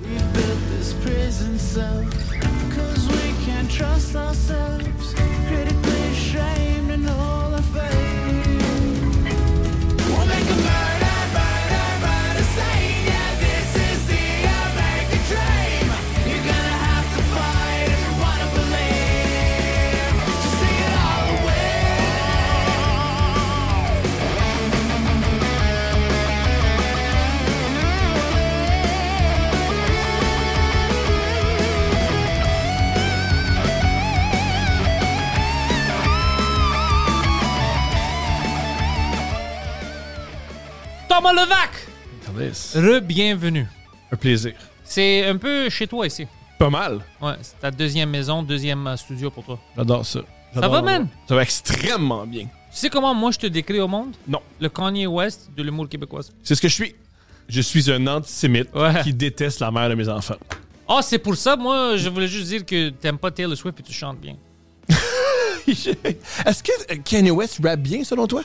We've built this prison cell Cause we can't trust ourselves Critically ashamed in all our faith We'll make a murder, murder, murder scene Yeah, this is the American dream You're gonna have to fight if you wanna believe Just take it all away Thomas Levac, Attendez, c'est re-bienvenue. un plaisir. C'est un peu chez toi ici. Pas mal. Ouais, c'est ta deuxième maison, deuxième euh, studio pour toi. J'adore ça. Ça va, man? Ça va extrêmement bien. Tu sais comment moi je te décris au monde? Non, Le Kanye West de l'humour québécois. c'est ce que je suis. Je suis un antisémite Ouais. qui déteste la mère de mes enfants. Ah, c'est pour ça, moi je voulais juste dire que t'aimes pas Taylor Swift et tu chantes bien. Est-ce que euh, Kanye West rappe bien selon toi?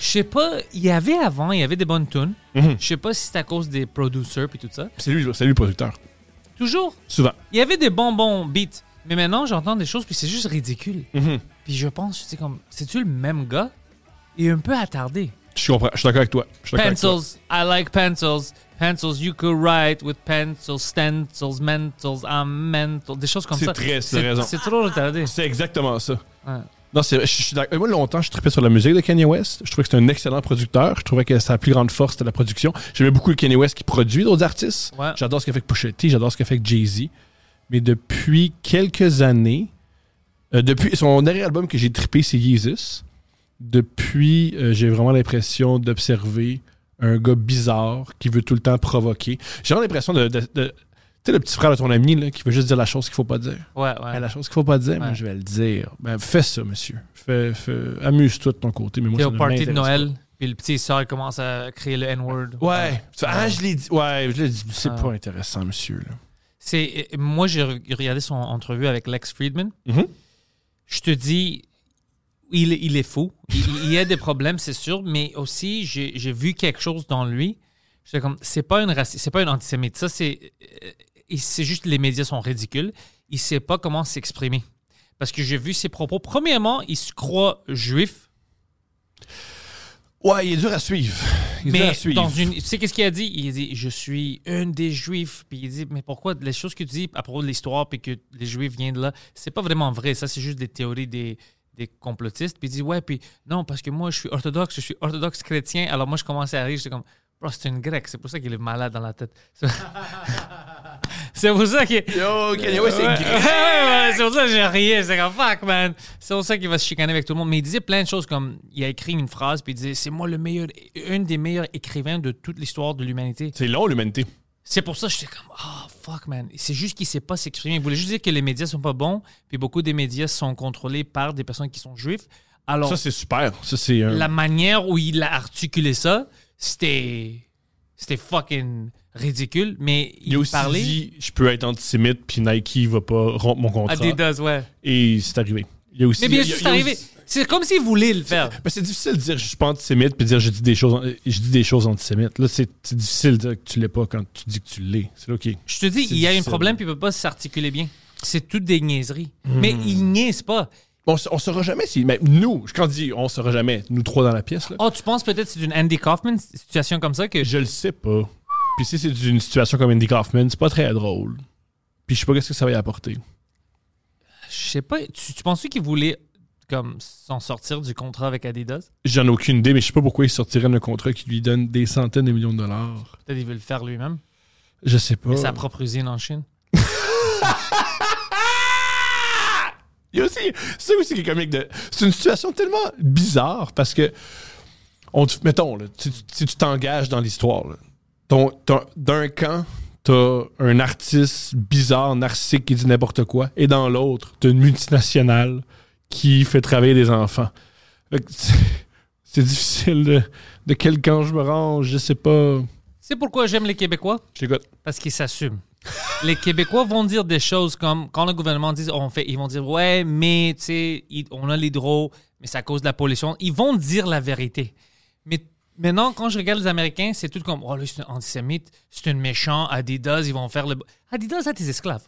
Je sais pas, il y avait avant, il y avait des bonnes tunes. Mhm. Je sais pas si c'est à cause des producers et tout ça. C'est lui, c'est lui le producteur. Toujours, Souvent. il y avait des bons bons beats. Mais maintenant, j'entends des choses, puis c'est juste ridicule. Mhm. Puis je pense, c'est comme, c'est-tu le même gars? Et un peu attardé. Je comprends. Je suis d'accord avec toi. Je suis d'accord avec toi. Pencils, I like pencils. Pencils, you could write with pencils, stencils, mentals, I'm mental. Des choses comme C'est ça. très- c'est raison. C'est trop retardé. C'est exactement ça. Ouais. Non, c'est vrai, je suis d'accord. Moi, longtemps, je tripais sur la musique de Kanye West. Je trouvais que c'était un excellent producteur. Je trouvais que sa plus grande force, c'était la production. J'aimais beaucoup le Kanye West qui produit d'autres artistes. Ouais. J'adore ce qu'il a fait avec Pusha T, j'adore ce qu'il a fait avec Jay-Z. Mais depuis quelques années, euh, depuis son dernier album que j'ai trippé, c'est Jesus. Depuis, euh, j'ai vraiment l'impression d'observer un gars bizarre qui veut tout le temps provoquer. J'ai vraiment l'impression de... de- de- tu sais, le petit frère de ton ami là, qui veut juste dire la chose qu'il faut pas dire. Ouais, ouais. Ben, la chose qu'il faut pas dire, Ouais. mais je vais le dire. Ben, fais ça, monsieur. Fais- fais- Amuse-toi de ton côté. Mais moi, T'es ça au ne party de m'intéresse Noël, puis le petit sœur commence à créer le N-word. pas. Ouais. Tu fais, Ah, Ouais. je l'ai dit. Ouais, je l'ai dit. C'est Ah. pas intéressant, monsieur. là. C'est, euh, moi, j'ai re- regardé son entrevue avec Lex Friedman. Mhm. Je te dis, il, il est fou. Il, il y a des problèmes, c'est sûr, mais aussi, j'ai, j'ai vu quelque chose dans lui. J'étais comme, c'est pas une raciste, c'est pas une antisémite. Ça, c'est, euh, il- c'est juste les médias sont ridicules. Il sait pas comment s'exprimer. Parce que j'ai vu ses propos. Premièrement, il se croit juif, Ouais, il est dur à suivre. Il est dur mais à suivre. dans une. Tu sais qu'est-ce qu'il a dit Il a dit Je suis un des juifs. Puis il dit Mais pourquoi les choses que tu dis à propos de l'histoire puis que les juifs viennent de là, c'est pas vraiment vrai. Ça, c'est juste des théories des, des complotistes. Puis il dit Ouais, puis non, parce que moi, je suis orthodoxe, je suis orthodoxe chrétien. Alors moi, je commençais à rire. J'étais comme Bro, c'est une grecque. C'est pour ça qu'il est malade dans la tête. C'est- c'est pour ça que. Yo, Kanye West, c'est Ouais, gris. ouais, ouais, c'est pour ça que j'ai ri. C'est comme fuck, man. C'est pour ça qu'il va se chicaner avec tout le monde. Mais il disait plein de choses comme il a écrit une phrase, puis il disait c'est moi le meilleur, un des meilleurs écrivains de toute l'histoire de l'humanité. C'est long, l'humanité. C'est pour ça que j'étais comme ah fuck, man. C'est juste qu'il sait pas s'exprimer. Il voulait juste dire que les médias sont pas bons, puis beaucoup des médias sont contrôlés par des personnes qui sont juifs. Alors, Ça, c'est super. Ça, c'est un- la manière où il a articulé ça, c'était. C'était fucking ridicule, mais il, Il a aussi parlait. dit Je peux être antisémite, puis Nike va pas rompre mon contrat. Adidas, ouais. Et c'est arrivé. Il y a aussi. Mais bien il y a- sûr, il y c'est a aussi- arrivé. C'est comme s'il voulait le faire. Ben, c'est difficile de dire je suis pas antisémite puis dire je dis des choses je dis des choses antisémites. Là, c'est c'est difficile de dire que tu l'es pas quand tu dis que tu l'es. C'est là OK. Je te dis, C'est il y a un difficile. problème, puis il ne peut pas s'articuler bien. C'est toutes des niaiseries. Hmm. Mais il niaise pas. On, s- on saura jamais si. Mais nous, quand je dis on saura jamais, nous trois dans la pièce, là, Oh, tu penses peut-être que c'est d'une Andy Kaufman, situation comme ça, que je le sais pas. Puis si c'est une situation comme Andy Kaufman, c'est pas très drôle. Puis je sais pas qu'est-ce que ça va y apporter. je sais pas. Tu, tu penses qu'il voulait comme s'en sortir du contrat avec Adidas? J'en ai aucune idée, mais je sais pas pourquoi il sortirait un contrat qui lui donne des centaines de millions de dollars. Peut-être qu'il veut le faire lui-même. Je sais pas. Et sa propre usine en Chine. Il y a aussi ça aussi qui est comique de c'est une situation tellement bizarre parce que on te- mettons là, si tu si tu t'engages dans l'histoire là, ton- ton- d'un camp, t'as un artiste bizarre, narcissique qui dit n'importe quoi, et dans l'autre, t'as une multinationale qui fait travailler des enfants. Fait que C'est c'est difficile de, de quel camp je me range, je sais pas. C'est pourquoi j'aime les Québécois, Je t'écoute. parce qu'ils s'assument. les Québécois vont dire des choses comme quand le gouvernement dit on fait, ils vont dire ouais, mais tu sais, il- on a l'hydro, mais c'est à cause de la pollution. Ils vont dire la vérité. Mais maintenant, quand je regarde les Américains, c'est tout comme oh, lui, c'est un antisémite, c'est un méchant, Adidas, ils vont faire le. Adidas a tes esclaves.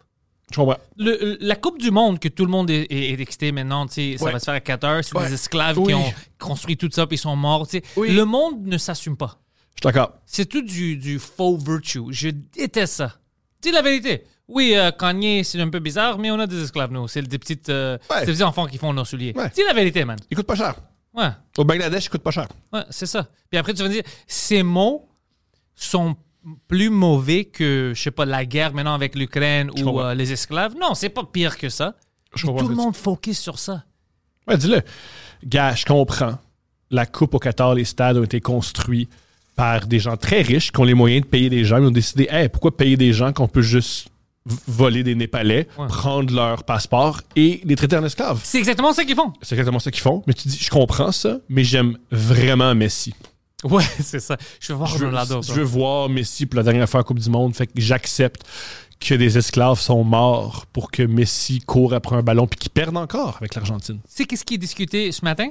Je comprends. Le- le- la Coupe du Monde que tout le monde est, est- est excité maintenant, tu sais, ça Ouais. va se faire à 4 heures. C'est Ouais. des esclaves Oui. qui ont construit tout ça puis ils sont morts. tu sais. Oui. Le monde ne s'assume pas. Je suis d'accord. C'est tout du, du faux virtue. Je déteste ça. Dis la vérité. Oui, euh, Kanye, c'est un peu bizarre, mais on a des esclaves, nous. C'est des, petites, euh, Ouais. c'est des petits enfants qui font nos souliers. Ouais. Dis la vérité, man. Il coûte pas cher. Ouais. Au Bangladesh, il coûte pas cher. Ouais, c'est ça. Puis après, tu vas me dire, ces mots sont plus mauvais que, je sais pas, la guerre maintenant avec l'Ukraine Je ou comprends. euh, les esclaves. Non, c'est pas pire que ça. Je Mais comprends tout ce le que tu- monde focus sur ça. Ouais, dis-le. Gars, je comprends. La Coupe au Qatar, les stades ont été construits par des gens très riches qui ont les moyens de payer des gens. Ils ont décidé, hey, pourquoi payer des gens qu'on peut juste v- voler des Népalais, Ouais. prendre leur passeport et les traiter en esclaves? C'est exactement ça qu'ils font. C'est exactement ça qu'ils font. Mais tu dis, je comprends ça, mais j'aime vraiment Messi. Ouais, c'est ça. Oh, Je veux voir Je veux, Ronaldo. je veux voir Messi pour la dernière fois en Coupe du Monde. Fait que j'accepte que des esclaves sont morts pour que Messi court après un ballon puis qu'il perde encore avec l'Argentine. Tu sais qu'est-ce qui est discuté ce matin?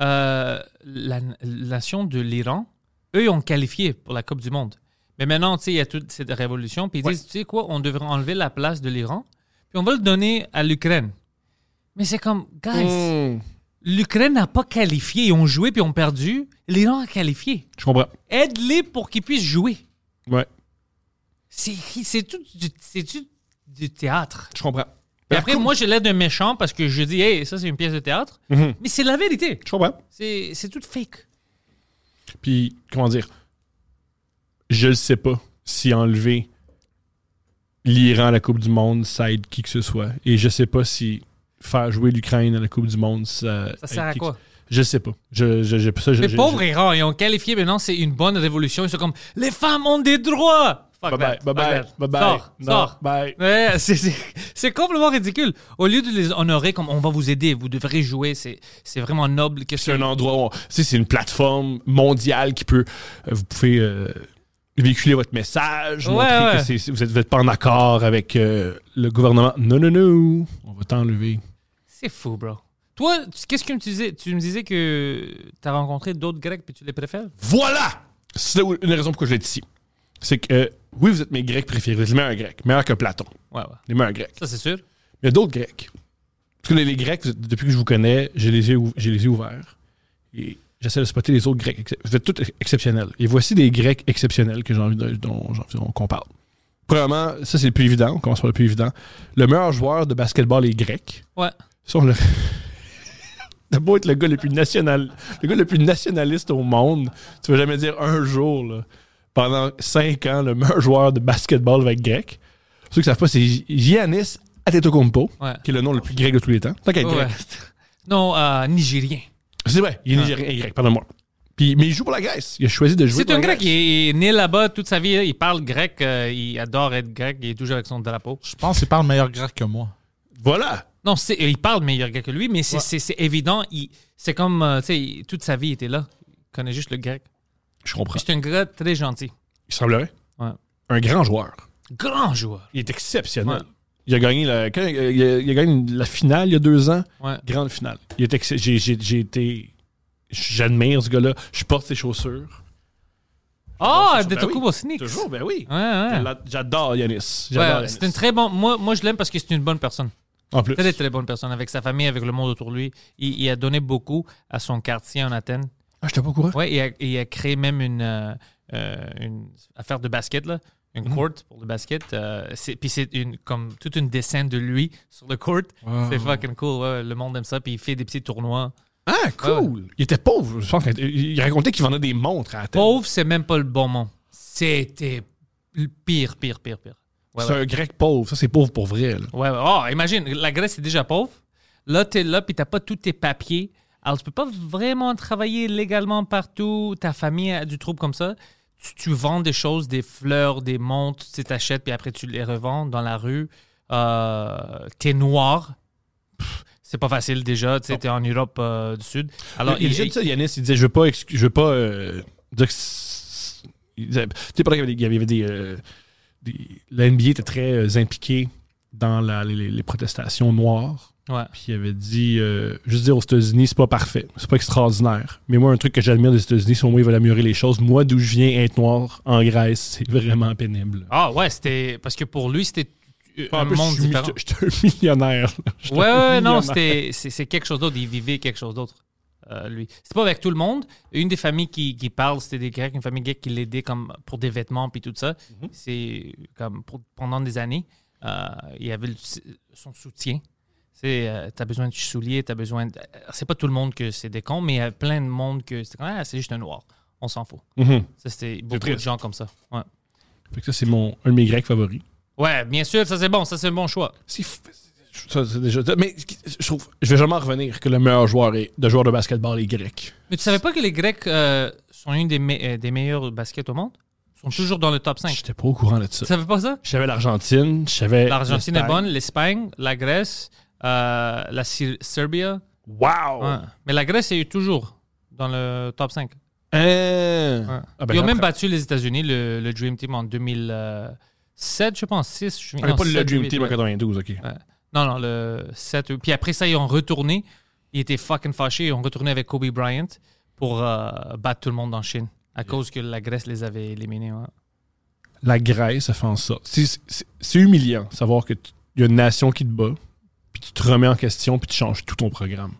Euh, la la nation de l'Iran, eux, ils ont qualifié pour la Coupe du Monde. Mais maintenant, tu sais, il y a toute cette révolution. Puis ils disent, tu sais quoi, on devrait enlever la place de l'Iran, puis on va le donner à l'Ukraine. Mais c'est comme, Hmm. guys, l'Ukraine n'a pas qualifié. Ils ont joué, puis ils ont perdu. L'Iran a qualifié. Je comprends. Aide-les pour qu'ils puissent jouer. Ouais, C'est c'est tout, du- c'est tout du théâtre. je comprends. Et après, moi, je l'aide d'un méchant parce que je dis, hey, ça, c'est une pièce de théâtre. Mhm. Mais c'est la vérité. Je comprends. C'est c'est tout fake. Puis, comment dire, je le sais pas si enlever l'Iran à la Coupe du Monde, ça aide qui que ce soit. Et je sais pas si faire jouer l'Ukraine à la Coupe du Monde, ça. Ça sert aide à qui quoi? que- Je sais pas. Je, je, je, ça, je- Les je- pauvres je- Iran, ils ont qualifié, maintenant c'est une bonne révolution. Ils sont comme, les femmes ont des droits! Bye Fuck that, bye, bye bye, fuck that. bye bye. Sors, Non, sors. bye. Ouais, c'est- c'est c'est complètement ridicule. Au lieu de les honorer comme on va vous aider, vous devrez jouer, c'est c'est vraiment noble. que C'est un endroit où, on- tu sais, c'est une plateforme mondiale qui peut. euh, Vous pouvez. euh, véhiculer votre message, Ouais, montrer ouais. que c'est- vous n'êtes pas en accord avec euh, le gouvernement. Non, non, non, on va t'enlever. C'est fou, bro. Toi, tu- qu'est-ce que tu me disais? Tu me disais que tu as rencontré d'autres Grecs puis tu les préfères? Voilà! C'est une des raisons pourquoi je l'ai dit ici. C'est que, euh, oui, vous êtes mes Grecs préférés. Vous êtes les meilleurs Grecs. Meilleurs que Platon. Ouais, ouais. Les meilleurs Grecs. Ça, c'est sûr. Il y a d'autres Grecs. Parce que les, les Grecs, vous êtes- depuis que je vous connais, j'ai les yeux, ou- j'ai les yeux ouverts. Et j'essaie de spotter les autres Grecs. Excep- Vous êtes tous ex- exceptionnels. Et voici des Grecs exceptionnels que j'ai envie de- dont j'ai envie de- qu'on parle. Premièrement, ça c'est le plus évident. On commence par le plus évident. Le meilleur joueur de basketball est grec. Ouais. Ça, on l'a- T'as beau être le gars le plus national, le gars le plus nationaliste au monde, tu vas jamais dire un jour, là, pendant cinq ans, le meilleur joueur de basketball va être grec. Ceux qui savent pas, c'est Gi- Giannis Antetokounmpo, Ouais. qui est le nom le plus grec de tous les temps. Tant qu'à être Ouais. grec. Non, euh, nigérien. C'est vrai, il est Ouais. nigérien et grec, pardonne-moi. Puis, mais il joue pour la Grèce. Il a choisi de jouer C'est pour un la grec, il Grèce. est, il est né là-bas toute sa vie, il parle grec, euh, il adore être grec, il est toujours avec son drapeau. Je pense qu'il parle meilleur grec que moi. Voilà. Non, c'est- euh, il parle meilleur grec que lui, mais c'est Ouais. c'est- c'est évident, il- c'est comme, euh, tu sais, il- toute sa vie, il était là. Il connaît juste le grec. Je comprends. Puis c'est un gars très gentil. Il semblerait. Ouais. Un grand joueur. Grand joueur. Il est exceptionnel. Ouais. Il a gagné la, quand- il a- il a- il a gagné la finale il y a deux ans. Ouais. Grande finale. Il est excell- j'ai, j'ai- j'ai été. J'admire ce gars-là. Je porte ses chaussures. Ah, Ben de Tokubo Sneaks. Toujours, ben oui. Ouais, ouais. Je l'a- J'adore Yanis. Ah. Ouais, J'adore c'est Yanis. une très bonne. Moi, moi je l'aime parce que c'est une bonne personne. En plus. Très, très bonne personne avec sa famille, avec le monde autour de lui. Il, il a donné beaucoup à son quartier en Athènes. Ah, j'étais pas au courant. Ouais, il a, il a créé même une, euh, euh, une affaire de basket, là. Une Mhm. court pour le basket. euh, c'est- Puis c'est une, comme toute une dessin de lui sur le court. C'est fucking cool. ouais, le monde aime ça. Puis il fait des petits tournois. Ah, cool. Il était pauvre. Je pense qu'il était- il racontait qu'il vendait des montres à la tête. Pauvre, c'est même pas le bon mot. C'était le pire, pire, pire, pire. Ouais, c'est ouais. un grec pauvre. Ça, c'est pauvre pour vrai. là. Ouais, ouais. Oh, imagine, la Grèce est déjà pauvre. Là, t'es là, puis t'as pas tous tes papiers. Alors, tu peux pas vraiment travailler légalement partout. Ta famille a du trouble comme ça. tu, tu vends des choses, des fleurs, des montres, tu les achètes, puis après tu les revends dans la rue. Euh, t'es noir. Pff, C'est pas facile déjà, tu sais, t'es en Europe euh, du Sud. Alors, il, il, il- dit ça, Yanis, il disait Je veux pas, excu- je veux pas euh, dire que. c'est- il disait- Tu sais, pendant qu'il y avait des- il y avait des. euh, des- la NBA était très euh, impliquée dans la- les, les protestations noires. Ouais. Puis il avait dit euh, Juste dire aux États-Unis, c'est pas parfait, c'est pas extraordinaire. Mais moi, un truc que j'admire des États-Unis, c'est au moins ils veulent améliorer les choses. Moi, d'où je viens, être noir en Grèce, c'est vraiment pénible. Ah ouais, c'était. Parce que pour lui, c'était euh, En un plus, monde je suis- différent. J'étais un millionnaire. là. J'étais Ouais, ouais, un ouais, non, millionnaire. c'était, c'est, c'est quelque chose d'autre. Il vivait quelque chose d'autre, euh, lui. C'est pas avec tout le monde. Une des familles qui, qui parle, c'était des Grecs, une famille grecque qui l'aidait comme pour des vêtements puis tout ça. C'est comme pour- pendant des années, euh, il y avait le- son soutien. C'est, euh, t'as besoin de souliers, t'as besoin. de- euh, c'est pas tout le monde que c'est des cons, mais il y a plein de monde que c'est comme, ah, c'est juste un noir. On s'en fout. Mhm. Ça, c'était beaucoup de triste. gens comme ça. Ouais. Fait que ça, c'est mon, un de mes Grecs favoris. ouais, bien sûr, ça c'est bon, ça c'est un bon choix. C'est f- ça, c'est déjà- mais je trouve, je vais jamais en revenir que le meilleur joueur est, de joueur de basketball est grec. Mais tu savais pas que les Grecs euh, sont une des, me- euh, des meilleures baskets au monde? Ils sont toujours dans le top 5. J'étais pas au courant de Tu ça. savais pas ça? Je savais l'Argentine, je savais. L'Argentine est Eh, l'Espagne. bonne, l'Espagne, la Grèce, euh, la Syr- Serbie. Wow! Ouais. Mais la Grèce est toujours dans le top 5. Hein. Ouais. Ah ben, Ils après- ont même battu les États-Unis, le, le Dream Team, en 2007, je pense, 6. Je... Ah, non, pas le 7, Dream 8, Team en ouais. 92, ok. Non, non, le 7. Puis après ça, ils ont retourné. Ils étaient fucking fâchés. Ils ont retourné avec Kobe Bryant pour euh, battre tout le monde en Chine à cause que la Grèce les avait éliminés. ouais. La Grèce, ça fait ça. C'est- C'est c'est humiliant de savoir qu'il y a une nation qui te bat, puis tu te remets en question, puis tu changes tout ton programme.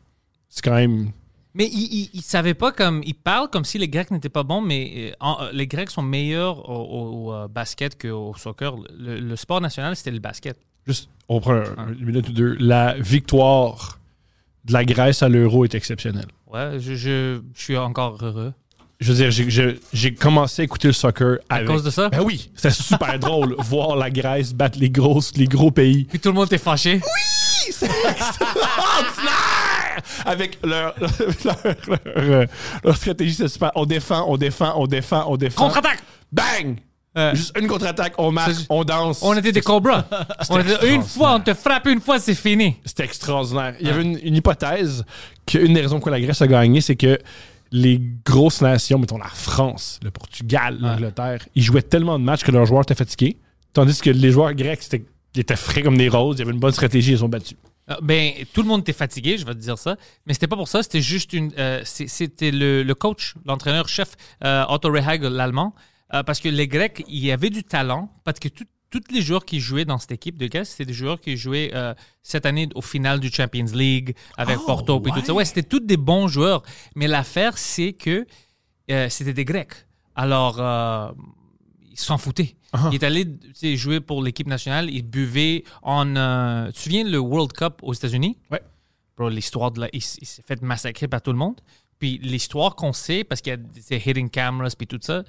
C'est quand même. Mais ils il, il savaient pas comme. Ils parlent comme si les Grecs n'étaient pas bons, mais euh, en- euh, les Grecs sont meilleurs au, au- au, euh, basket qu'au soccer. Le, le sport national, c'était le basket. Juste, on prend un- une minute ou deux. La victoire de la Grèce à l'euro est exceptionnelle. Ouais, je, je, je suis encore heureux. je veux dire, j'ai- j'ai- j'ai commencé à écouter le soccer À avec- cause de ça? Ben oui, c'était super drôle voir la Grèce battre les grosses, les gros pays. Puis tout le monde était fâché. Avec leur, leur, leur- leur- leur stratégie, c'est super. On défend, on défend, on défend, on défend. Contre-attaque! Bang! Ouais. Juste une contre-attaque, on marque, C'est- on danse. On était des cobras. On était, une fois, on te frappe une fois, c'est fini. C'était extraordinaire. Il y Hein? avait une, une hypothèse qu'une des raisons pour laquelle la Grèce a gagné, c'est que les grosses nations, mettons la France, le Portugal, l'Angleterre, ils jouaient tellement de matchs que leurs joueurs étaient fatigués. Tandis que les joueurs grecs, c'était- ils étaient frais comme des roses, il y avait une bonne stratégie, ils ont battu. Euh, Ben, tout le monde était fatigué, je vais te dire ça. Mais c'était pas pour ça, c'était juste une. euh, c'est- c'était le, le coach, l'entraîneur-chef euh, Otto Rehagel, l'allemand. euh, parce que les Grecs, il y avait du talent. Parce que tout- tous les joueurs qui jouaient dans cette équipe de Grèce, c'était des joueurs qui jouaient euh, cette année au final du Champions League avec Porto. puis tout ça. Ouais, c'était tous des bons joueurs. Mais l'affaire, c'est que euh, c'était des Grecs. Alors. euh, il s'en foutait. Uh-huh. Il est allé tu sais, jouer pour l'équipe nationale. Il buvait en. euh, tu te souviens le World Cup aux États-Unis? Ouais. Bro, l'histoire de la. Il, s- il s'est fait massacrer par tout le monde. Puis l'histoire qu'on sait, parce qu'il y a des ces hidden cameras puis tout ça,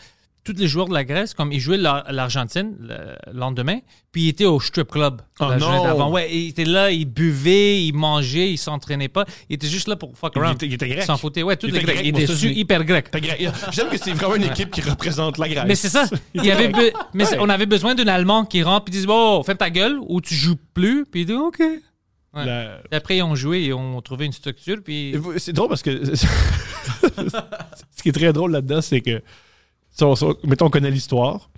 tous les joueurs de la Grèce, comme ils jouaient l'Ar- l'Argentine le lendemain, puis ils étaient au strip club Oh la journée non! d'avant. Ouais, ils étaient là, ils buvaient, ils mangeaient, ils s'entraînaient pas. Ils étaient juste là pour fuck Ils around. étaient- ils étaient grecs. s'en foutaient. Ouais, tous Ils les étaient Grecs. grecs Ils aux étaient États-Unis. hyper grecs. Fait que, J'aime que c'est vraiment une équipe qui représente la Grèce. Mais c'est ça. Il y avait be- mais c'est- on avait besoin d'un Allemand qui rentre et dit Bon, ferme ta gueule ou tu joues plus. Puis il dit OK. Ouais. La- Puis après, ils ont joué et ont trouvé une structure. Puis Et vous- C'est drôle parce que. ce qui est très drôle là-dedans, c'est que. si on- si on- mettons, on connaît l'histoire.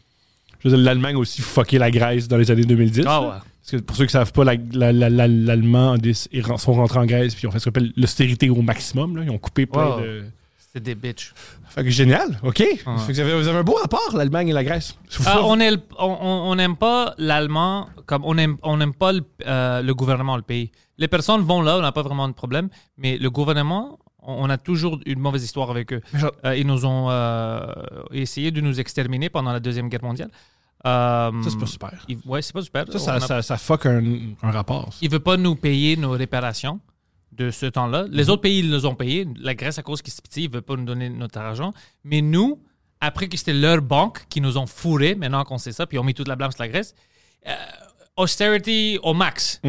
Je veux dire, l'Allemagne a aussi fucké la Grèce dans les années 2010. Ah là. ouais. Parce que pour ceux qui savent pas, la- la- la- la- l'Allemand a des- ils ren- sont rentrés en Grèce puis ils ont fait ce qu'on appelle l'austérité au maximum. là. Ils ont coupé plein Wow. de. c'était des bitches. Fait que génial, OK. Fait que vous, avez, vous avez un beau rapport, l'Allemagne et la Grèce. Ah, on n'aime on, on- on aime pas l'allemand, comme on n'aime on aime pas le, euh, le gouvernement, le pays. Les personnes vont là, on n'a pas vraiment de problème, mais le gouvernement, on, on a toujours une mauvaise histoire avec eux. Mais genre- Euh, ils nous ont euh, essayé de nous exterminer pendant la Deuxième Guerre mondiale. Euh, Ça, c'est pas super. ils- ouais, c'est pas super. Ça, On ça, a- ça, ça fuck un, un rapport. ça. Il ne veut pas nous payer nos réparations de ce temps-là. Les autres pays, ils nous ont payé. La Grèce, à cause qu'ils se pitient, ils ne veulent pas nous donner notre argent. Mais nous, après que c'était leur banque qui nous ont fourré, maintenant qu'on sait ça, puis ils ont mis toute la blâme sur la Grèce, euh, austerity au max.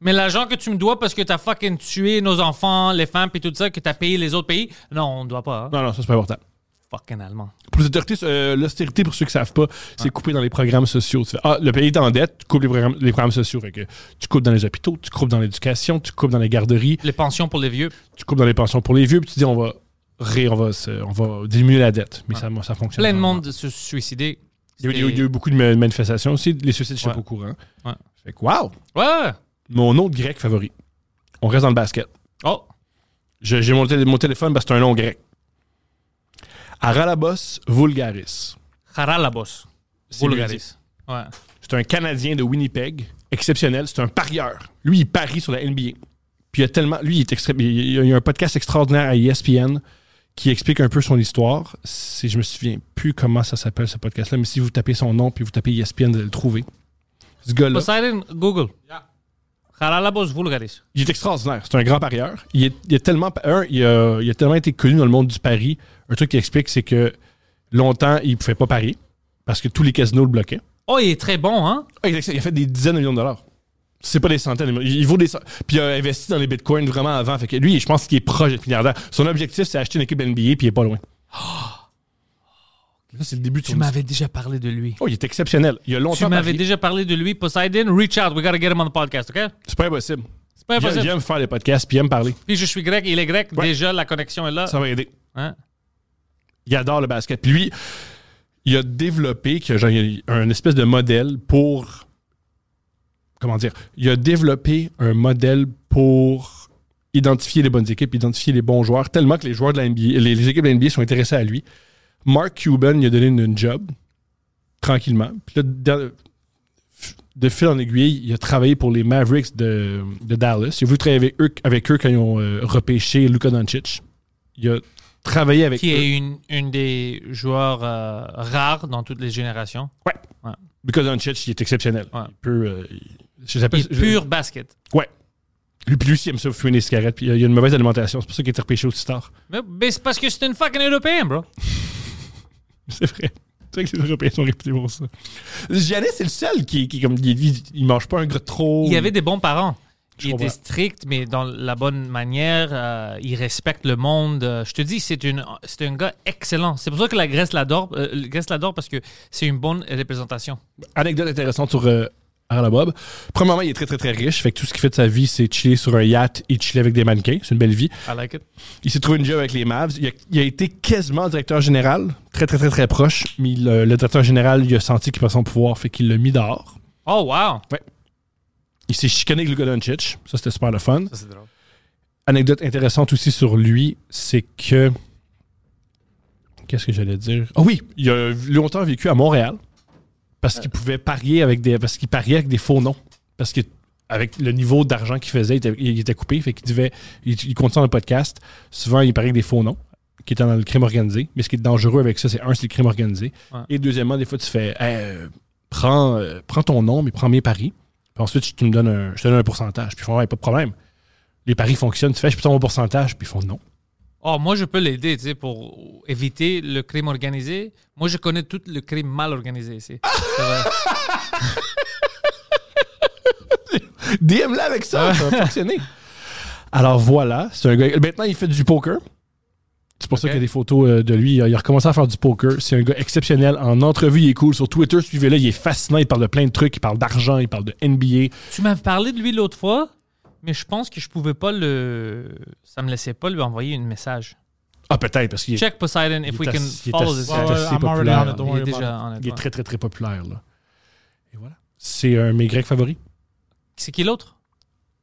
Mais l'argent que tu me dois parce que tu as fucking tué nos enfants, les femmes, puis tout ça, que tu as payé les autres pays, non, on ne doit pas. hein. Non, non, ça, c'est pas important. fucking allemand. Pour les autorités, euh, l'austérité, pour ceux qui ne savent pas, c'est couper dans les programmes sociaux. Tu fais, ah, le pays est en dette, tu coupes les programmes, les programmes sociaux. Fait que tu coupes dans les hôpitaux, tu coupes dans l'éducation, tu coupes dans les garderies, Les pensions pour les vieux, tu coupes dans les pensions pour les vieux, puis tu dis on va ré, on va, se- on va diminuer la dette. Mais ça, ça fonctionne. plein de pas. monde se suicider. Il y, a, eu- il y a eu- il y a eu beaucoup de ma- manifestations aussi. Les suicides, je suis Ouais. pas au courant. Ouais. Fait que, wow! Ouais! Mon autre grec favori. On reste dans le basket. Oh! Je- J'ai mon, télé- mon téléphone parce que c'est un nom grec. Aralabos vulgaris. Haralabos. C'est lui dit. Bulgaris. Ouais. C'est un Canadien de Winnipeg, exceptionnel. C'est un parieur. Lui, il parie sur la NBA. Puis il y a tellement. Lui, il est extré- il y a- il y a un podcast extraordinaire à E ESPN qui explique un peu son histoire. C'est- Je me souviens plus comment ça s'appelle ce podcast-là, mais si vous tapez son nom puis vous tapez E ESPN, vous allez le trouver. Ce gars-là. Poseidon, Google. Haralabos Vulgaris. Il est extraordinaire. C'est un grand parieur. Il, est- il a tellement, un, il, a, il a tellement été connu dans le monde du pari. Un truc qui explique, c'est que longtemps, il ne pouvait pas parier parce que tous les casinos le bloquaient. Oh, il est très bon, hein? Ah, Il a il a fait des dizaines de millions de dollars. C'est pas des centaines. de millions. Il il vaut des cent- Puis il a investi dans les bitcoins vraiment avant. Fait que lui, je pense qu'il est proche d'être milliardaire. Son objectif, c'est acheter une équipe NBA puis il est pas loin. Ça, c'est le début de Tu son m'avais déjà parlé de lui. Oh, il est exceptionnel. Il a longtemps. Tu m'avais parié. déjà parlé de lui. Poseidon, reach out. We gotta get him on the podcast, OK? C'est pas impossible. C'est pas Il aime- impossible. Il aime faire des podcasts puis il aime parler. Puis je suis grec, il est grec. Ouais. Déjà, la connexion est là. Ça va aider. Hein? il adore le basket. Puis lui, il a développé que, genre, il y a un espèce de modèle pour. Comment dire Il a développé un modèle pour identifier les bonnes équipes, identifier les bons joueurs, tellement que les joueurs de la NBA, les, les équipes de la NBA sont intéressées à lui. Mark Cuban lui a donné une, une job, tranquillement. Puis là, de, de fil en aiguille, il a travaillé pour les Mavericks de, de Dallas. Il a voulu travailler avec eux, avec eux quand ils ont euh, repêché Luka Doncic. Il a travaillé avec Qui eux. est une, une des joueurs euh, rares dans toutes les générations. Because Doncic, il est exceptionnel. Ouais. Il peut. euh, il- je l'appelle- Il est pur basket. je- lui, puis lui aussi, il aime ça fumer des cigarettes. Puis euh, il a- il a une mauvaise alimentation. C'est pour ça qu'il est repêché aussi tard. Mais, mais c'est parce que c'est une fucking européenne, bro. C'est vrai. C'est vrai que les Européens sont réputés pour ça. Giannis, c'est le seul qui, qui comme, il, il- il mange pas un gras trop. Il y avait des bons parents. Je Il était comprends. strict, mais dans la bonne manière. euh, il respecte le monde. Euh, je te dis, c'est une, c'est un gars excellent. C'est pour ça que la Grèce l'adore. euh, la Grèce l'adore parce que c'est une bonne représentation. Anecdote intéressante sur euh, Arla Bob. Premièrement, il est très, très, très riche. Fait que tout ce qu'il fait de sa vie, c'est chiller sur un yacht et chiller avec des mannequins. C'est une belle vie. I like it. Il s'est trouvé une job avec les Mavs. Il a, il a été quasiment directeur général. Très, très, très, très proche. Mais il, euh, le directeur général, il a senti qu'il perdait son pouvoir. Fait qu'il l'a mis dehors. Oh, wow. Il s'est chicané avec Luka Doncic. Ça, c'était super le fun. Ça, c'est drôle. Anecdote intéressante aussi sur lui, c'est que. Qu'est-ce que j'allais dire? Ah oui, il a longtemps vécu à Montréal parce qu'il pouvait parier avec des. Parce qu'il pariait avec des faux noms. Parce que avec le niveau d'argent qu'il faisait, il était, il était coupé. Fait qu'il devait. Il, il compte ça dans le podcast. Souvent, il pariait avec des faux noms qui étaient dans le crime organisé. Mais ce qui est dangereux avec ça, c'est un, c'est le crime organisé. Ouais. Et deuxièmement, des fois, tu fais Hey, euh, prends, euh, prends ton nom, mais prends mes paris. Puis ensuite, tu me donnes un, je te donne un pourcentage. Puis ils font Ouais, pas de problème. Les paris fonctionnent, tu fais je peux avoir mon pourcentage. Puis ils font non. Oh, moi, je peux l'aider, tu sais, pour éviter le crime organisé. Moi, je connais tout le crime mal organisé ici. C'est vrai. DM là avec ça, ça va fonctionner. Alors voilà, c'est un gars. Maintenant, il fait du poker. C'est pour ça Ok. qu'il y a des photos euh, de lui. Il a, il a recommencé à faire du poker. C'est un gars exceptionnel. En entrevue, il est cool. Sur Twitter, suivez-le. Il est fascinant. Il parle de plein de trucs. Il parle d'argent. Il parle de NBA. Tu m'avais parlé de lui l'autre fois, mais je pense que je pouvais pas le. Ça me laissait pas lui envoyer un message. Ah, peut-être, parce qu'il est, Check Poseidon if il we est can ass- il est follow ass- this. il est Ouais, ouais, assez I'm already populaire. on it, don't Il est worry déjà about en Il est ouais. très, très, très populaire. Là. Et voilà. C'est un de mes Grecs favoris. C'est qui l'autre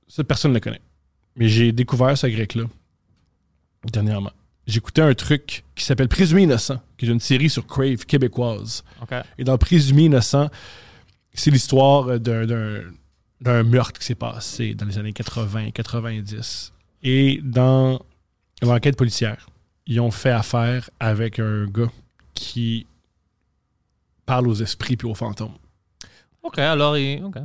Ça, personne ne le connaît. Mais j'ai découvert ce grec-là dernièrement. J'écoutais un truc qui s'appelle Présumé innocent, qui est une série sur Crave québécoise. Ok. Et dans Présumé innocent, c'est l'histoire d'un- d'un d'un meurtre qui s'est passé dans les années 80-90. Et dans l'enquête policière, ils ont fait affaire avec un gars qui parle aux esprits puis aux fantômes. Ok, alors il. ok.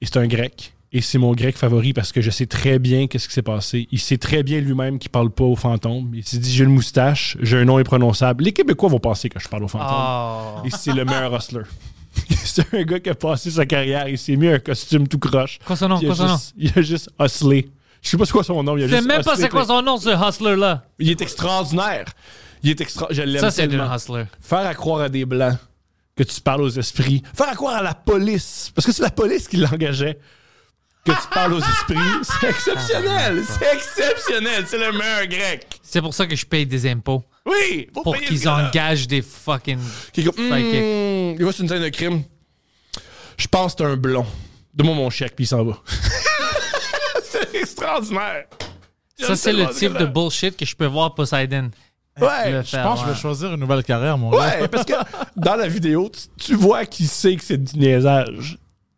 Et c'est un grec. Et c'est mon grec favori parce que je sais très bien qu'est-ce qui s'est passé. Il sait très bien lui-même qu'il parle pas aux fantômes. Il s'est dit j'ai une moustache, j'ai un nom imprononçable. Les Québécois vont penser que je parle aux fantômes. Oh. Et c'est le meilleur hustler. c'est un gars qui a passé sa carrière. Il s'est mis un costume tout croche. Quoi son nom il, a Quoi son nom juste, il a juste hustlé. Je sais pas c'est quoi son nom. Il a Je sais juste même pas hustlé. c'est quoi son nom, ce hustler-là. Il est extraordinaire. Il est extra. Je l'aime Ça, c'est tellement. un hustler. Faire à croire à des Blancs que tu parles aux esprits. Faire à croire à la police. Parce que c'est la police qui l'engageait. Que tu parles aux esprits. C'est exceptionnel. C'est exceptionnel. C'est le meilleur grec. C'est pour ça que je paye des impôts. Oui. faut Pour payer ce qu'ils gars-là. engagent des fucking. Qui est comme, Psychic. hmm, il va sur une scène de crime. Je pense que c'est un blond. Donne-moi mon chèque, puis il s'en va. c'est extraordinaire. Ça, c'est le type de bullshit que je peux voir Poseidon. Ouais, le je Je faire, pense que je ouais. vais choisir une nouvelle carrière, mon gars. Ouais, parce que dans la vidéo, tu, tu vois qu'il sait que c'est du niaisage.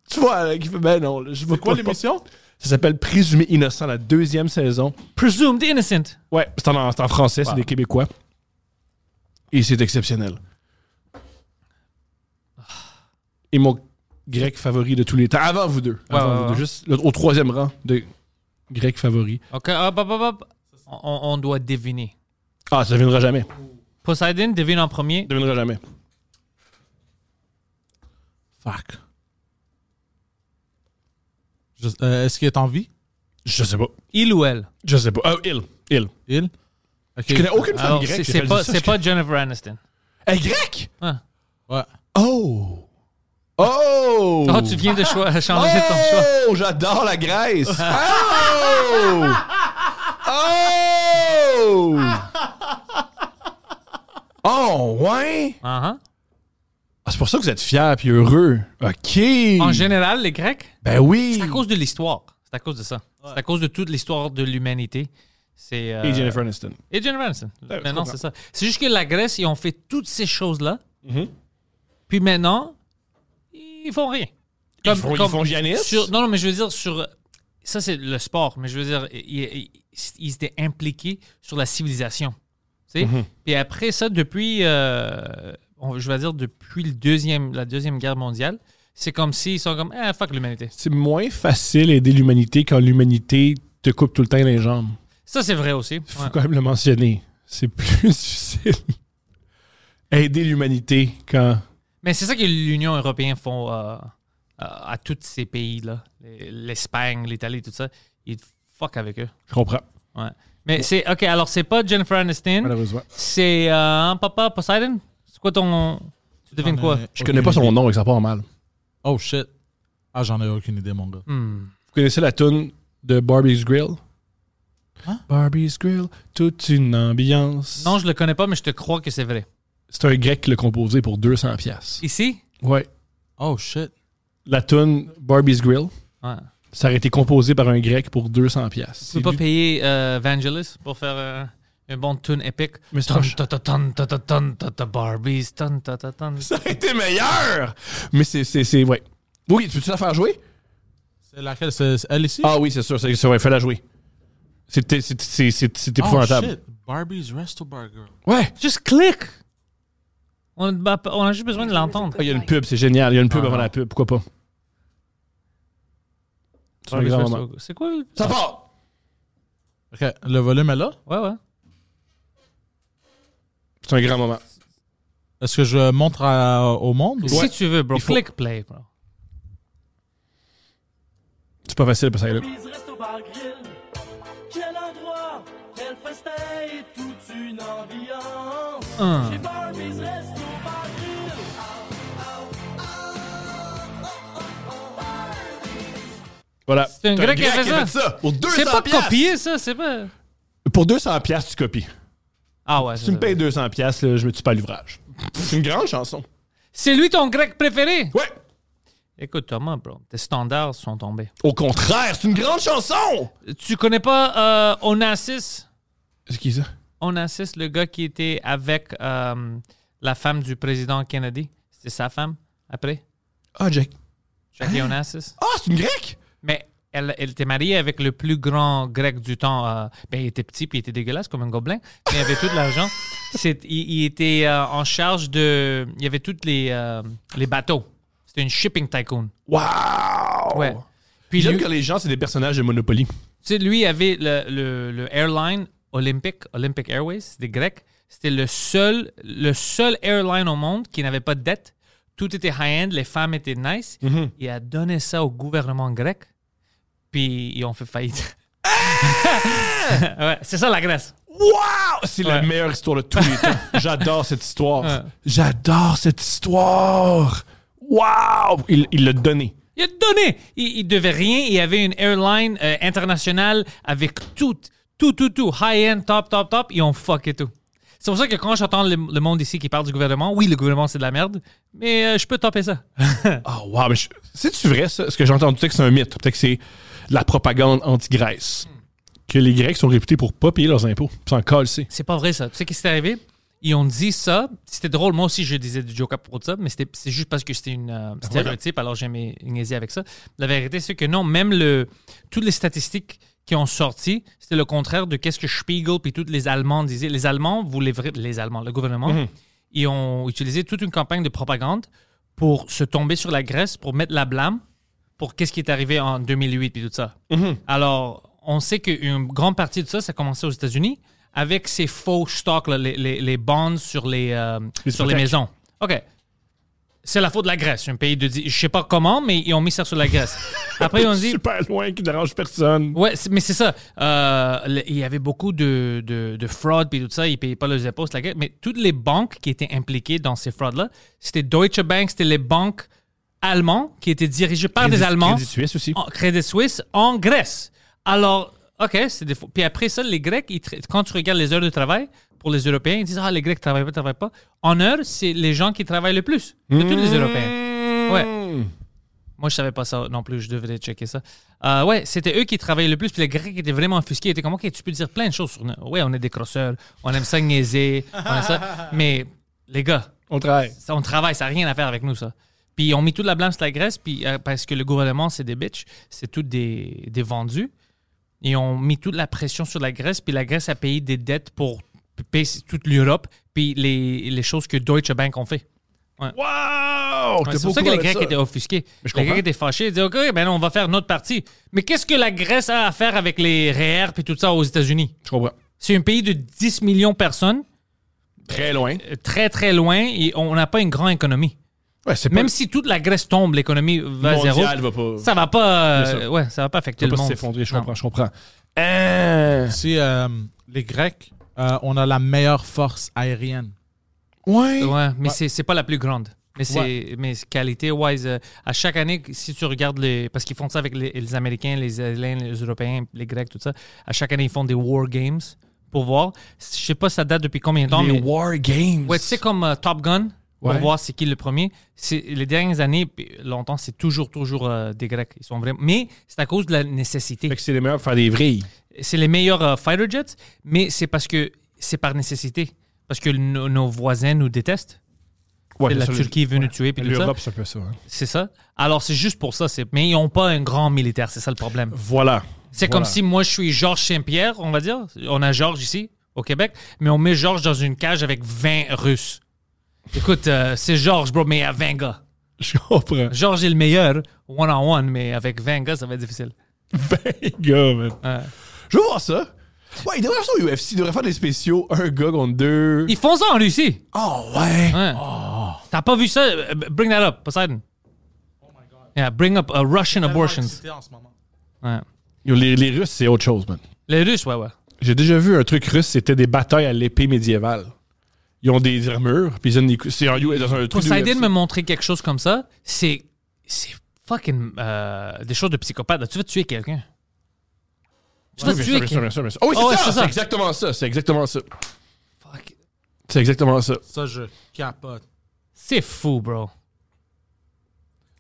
Tu vois, là, qu'il fait ben non. là, je veux quoi pas- l'émission? Ça s'appelle Présumé innocent, la deuxième saison. Presumed innocent. Ouais, c'est en, c'est en français, c'est des Québécois. Et c'est exceptionnel. Et mon grec favori de tous les temps, avant vous deux, Ouais, avant ouais, vous ouais. deux, juste le- au troisième rang de grec favori. OK, hop, hop, hop, hop. On, on doit deviner. Ah, ça deviendra jamais. Poseidon devine en premier. Ça deviendra jamais. Fuck. Je- euh, Est-ce qu'il est en vie? Je sais pas. Il ou elle. Je sais pas. Ah, il. Il. Il? Ok. Je connais aucune femme Alors, grecque. c'est qui c'est réalise pas, ça. c'est Je- pas Jennifer Aniston. Hey, grec! Ah. Ouais. Oh! Oh! Oh, tu viens de cho- changer ton choix. Oh, j'adore la Grèce. Oh! Oh! Oh, ouais! Uh-huh. Ah, c'est pour ça que vous êtes fiers puis heureux. OK. En général, les Grecs, Ben oui. c'est à cause de l'histoire. C'est à cause de ça. C'est à cause de toute l'histoire de l'humanité. C'est euh, Et Jennifer Aniston. Et Jennifer Aniston. Ouais, je Maintenant, comprends. c'est ça. C'est juste que la Grèce, ils ont fait toutes ces choses-là. Mhm. Puis maintenant, ils font rien. ils font, ils font Giannis. sur- non, non, mais je veux dire, sur. Ça, c'est le sport, mais je veux dire, ils, ils- ils étaient impliqués sur la civilisation. Tu sais? Puis après ça, depuis. euh, on- je vais dire, depuis le deuxième, la Deuxième Guerre mondiale, c'est comme s'ils sont comme. Ah, fuck l'humanité. C'est moins facile aider l'humanité quand l'humanité te coupe tout le temps les jambes. Ça, c'est vrai aussi. faut Ouais. quand même le mentionner. C'est plus difficile. Aider l'humanité quand. Mais c'est ça que l'Union européenne font euh, euh, à tous ces pays-là. L'Espagne, l'Italie, tout ça. Ils fuck avec eux. Je comprends, Ouais. Mais c'est. OK, alors c'est pas Jennifer Aniston. malheureusement. C'est. euh, Papa Poseidon? C'est quoi ton. Tu devines J'en ai quoi? Je aucune connais pas idée. son nom et ça part mal. Oh shit. Ah, j'en ai aucune idée, mon gars. Hmm. Vous connaissez la tune de Barbie's Grill? Hein? Barbie's Grill, toute une ambiance. Non, je le connais pas, mais je te crois que c'est vrai. C'est un grec qui l'a composé pour 200 pièces. Ici? Ouais. Oh shit. La tune Barbie's Grill, Ouais. ça aurait été composé par un grec pour 200 pièces. Tu peux pas payer euh, Vangelis pour faire euh, un bon tune épique. Mais c'est Ton, trop- ta, ta, ton, ta, ta, ton, ta, ta, Barbies, ton, ta, ta, ton. Ça aurait été meilleur! Mais c'est, c'est, c'est ouais. Oui, tu peux-tu la faire jouer? C'est laquelle? C'est c'est elle ici? Ah oui, c'est sûr, c'est sûr, ouais, fais-la jouer. C'est, c'est, c'est, c'est, c'est Oh, épouvantable. shit. Barbie's Resto Burger. ouais! Juste clique! On, on a juste besoin de l'entendre. Ah, Il y a une pub, c'est génial. Il y a une pub Ah, avant non. la pub, pourquoi pas? C'est un grand moment. C'est quoi? le- Ça part! Ok, le volume est là? Ouais, ouais. C'est un grand moment. Est-ce que je montre à- au monde? ou- Si tu veux, bro, Il faut- click play, bro. C'est pas facile parce que ça y est là. Barbie's Resto Bar Grill. Quel endroit, quel festin, et toute une ambiance. Un. Chez Barbie's Resto Bar Grill. Voilà. C'est un T'as grec qui a fait ça. Pour 200 C'est pas piastres. copié, ça, c'est pas. Pour 200 piastres, tu copies. Ah ouais. Tu c'est me ça. payes 200 piastres, là, je me tue pas à l'ouvrage. C'est une grande chanson. C'est lui ton grec préféré? Ouais. Écoute, Thomas, bro, tes standards sont tombés. Au contraire, c'est une grande chanson. Tu connais pas euh, Onassis? C'est qui ça? Onassis, le gars qui était avec euh, la femme du président Kennedy. C'était sa femme, après? Ah, Jack. Jackie Onassis. Ah, c'est une grecque? Mais elle, elle était mariée avec le plus grand grec du temps. euh, ben, il était petit puis il était dégueulasse comme un gobelin. Mais il avait tout de l'argent. C'est- Il, il était euh, en charge de. Il y avait tous les, euh, les bateaux. C'était une shipping tycoon. Wow! Ouais. Puis J'aime lui, quand les gens, c'est des personnages de Monopoly. tu sais, lui, il avait le, le- le airline Olympic, Olympic Airways, c'était grec. C'était le seul, le seul airline au monde qui n'avait pas de dette. Tout était high-end, les femmes étaient nice. Il a donné ça au gouvernement grec, puis ils ont fait faillite. ouais, c'est ça la Grèce. Wow! Wow! C'est la Ouais. meilleure histoire de tous les temps. J'adore cette histoire. J'adore cette histoire. Wow! Il il l'a donné. Il a donné. Il, il devait rien. Il y avait une airline euh, internationale avec tout, tout, tout, tout, high-end, top, top, top. Ils ont fucké tout. C'est pour ça que quand j'entends le, le monde ici qui parle du gouvernement, oui, le gouvernement, c'est de la merde, mais euh, je peux topper ça. Ah, wow, mais je- c'est-tu vrai, ça? Ce que j'ai entendu, peut-être que c'est un mythe. Peut-être que c'est de la propagande anti-Grèce. Que les Grecs sont réputés pour pas payer leurs impôts. Puis S'en calcer. C'est pas vrai, ça. Tu sais qu'est-ce qui s'est arrivé? Ils ont dit ça. C'était drôle. Moi aussi, je disais du joke à propos de ça, mais c'était- c'est juste parce que c'était une euh, stéréotype, alors j'aimais niaiser avec ça. La vérité, c'est que non, même le, toutes les statistiques qui ont sorti, c'était le contraire de qu'est-ce que Spiegel puis tous les Allemands disaient. Les Allemands voulaient vra- les Allemands, le gouvernement, ils ont utilisé toute une campagne de propagande pour se tomber sur la Grèce, pour mettre la blâme pour qu'est-ce qui est arrivé en 2008 et tout ça. Mhm. Alors, on sait qu'une grande partie de ça, ça a commencé aux États-Unis avec ces faux stocks, là, les, les, les bonds sur les, euh, Les sur les hypothèques. maisons. OK. C'est la faute de la Grèce, un pays de... dix- Je sais pas comment, mais ils ont mis ça sur la Grèce. Après, ils ont dit... Super loin, qui dérange personne. Ouais, c'est- mais c'est ça. Euh, le- il y avait beaucoup de, de, de fraudes puis tout ça. Ils ne payaient pas leurs impôts, c'est la guerre. Mais toutes les banques qui étaient impliquées dans ces fraudes-là, c'était Deutsche Bank, c'était les banques allemandes qui étaient dirigées par des Crédit- Allemands. Crédit Suisse aussi. En, Crédit Suisse en Grèce. Alors, OK, c'est des faux. Puis après ça, les Grecs, ils tra- quand tu regardes les heures de travail, pour les Européens, ils disent Ah, les Grecs travaillent pas, travaillent pas. En heures, c'est les gens qui travaillent le plus de tous les Européens. Hmm. Ouais. Moi, je savais pas ça non plus. Je devrais checker ça. Euh, ouais, c'était eux qui travaillaient le plus. Puis les Grecs étaient vraiment offusqués. Ils étaient comme, OK, tu peux dire plein de choses sur nous. Ouais, on est des crosseurs. On aime ça niaiser. on aime ça. Mais les gars, On travaille. ça, on travaille. Ça n'a rien à faire avec nous, ça. Puis on met toute la blâme sur la Grèce puis, euh, parce que le gouvernement, c'est des bitches. C'est tous des, des vendus. Et on mis toute la pression sur la Grèce. Puis la Grèce a payé des dettes pour payer toute l'Europe. Puis les, les choses que Deutsche Bank ont fait. Wow! T'es Ouais, c'est pas au pour ça que courant les de Grecs étaient offusqués. Mais je les Grecs comprends. étaient fâchés. Ils disaient, OK, ben on va faire notre partie. Mais qu'est-ce que la Grèce a à faire avec les REER et tout ça aux États-Unis? Je comprends. C'est un pays de 10 millions de personnes, Très loin. euh, très, très loin, et on n'a pas une grande économie. Ouais, c'est Même si toute la Grèce tombe, l'économie va à zéro. va pas. Ça va pas, C'est euh, ça. ouais, ça va pas affecter va le pas monde. s'effondrer, je Non. comprends, je comprends. Hein? Si euh, les Grecs, euh, on a la meilleure force aérienne. Ouais. Ouais, mais c'est c'est pas la plus grande. Mais c'est mais qualité wise à chaque année si tu regardes les parce qu'ils font ça avec les, les américains, les Italiens, les européens, les grecs tout ça. À chaque année ils font des war games pour voir. Je sais pas ça date depuis combien de temps Les mais War Games. ouais, tu sais comme euh, Top Gun pour Ouais. voir c'est qui le premier. C'est les dernières années puis longtemps c'est toujours toujours euh, des grecs, ils sont vraiment mais c'est à cause de la nécessité. Fait que c'est les meilleurs pour faire des vrilles. C'est les meilleurs euh, fighter jets, mais c'est parce que c'est par nécessité parce que nos- nos voisins nous détestent. Ouais, la ça, le- Turquie est venue tuer puis tout ça. L'Europe, c'est un peu ça. hein. C'est ça. Alors, c'est juste pour ça. c'est- Mais ils n'ont pas un grand militaire, c'est ça le problème. Voilà. C'est Voilà. comme si moi, je suis Georges Saint-Pierre, on va dire. On a Georges ici, au Québec, mais on met Georges dans une cage avec 20 Russes. Écoute, euh, c'est Georges, bro, mais à 20 gars. Je comprends. Georges est le meilleur, one-on-one, mais avec 20 gars, ça va être difficile. Ben, gars, man. Ouais. Je veux voir ça. Ouais, il devrait faire ça au UFC. Il devrait faire des spéciaux. Un gars contre deux. Ils font ça en Russie. Oh, ouais. Ouais. Oh. T'as pas vu ça? Euh, Bring that up, Poseidon. Oh Yeah, bring up uh, Russian abortions. en ce moment. Ouais. Yo, les, les Russes, c'est autre chose, man. Les Russes, ouais, ouais. J'ai déjà vu un truc russe, c'était des batailles à l'épée médiévale. Ils ont des armures, puis ils ont des coups. C'est un, U- dans un truc de Poseidon UFC. me montrer quelque chose comme ça, c'est c'est fucking euh, des choses de psychopathe. là. Tu vas tuer quelqu'un. Tu vas Oui, bien sûr, tuer bien sûr, quelqu'un. bien sûr, bien sûr. Oh oui, c'est Oh, ouais, ça, c'est c'est ça. exactement ça. C'est exactement ça. Fuck. C'est exactement ça. Ça, je capote. C'est fou, bro.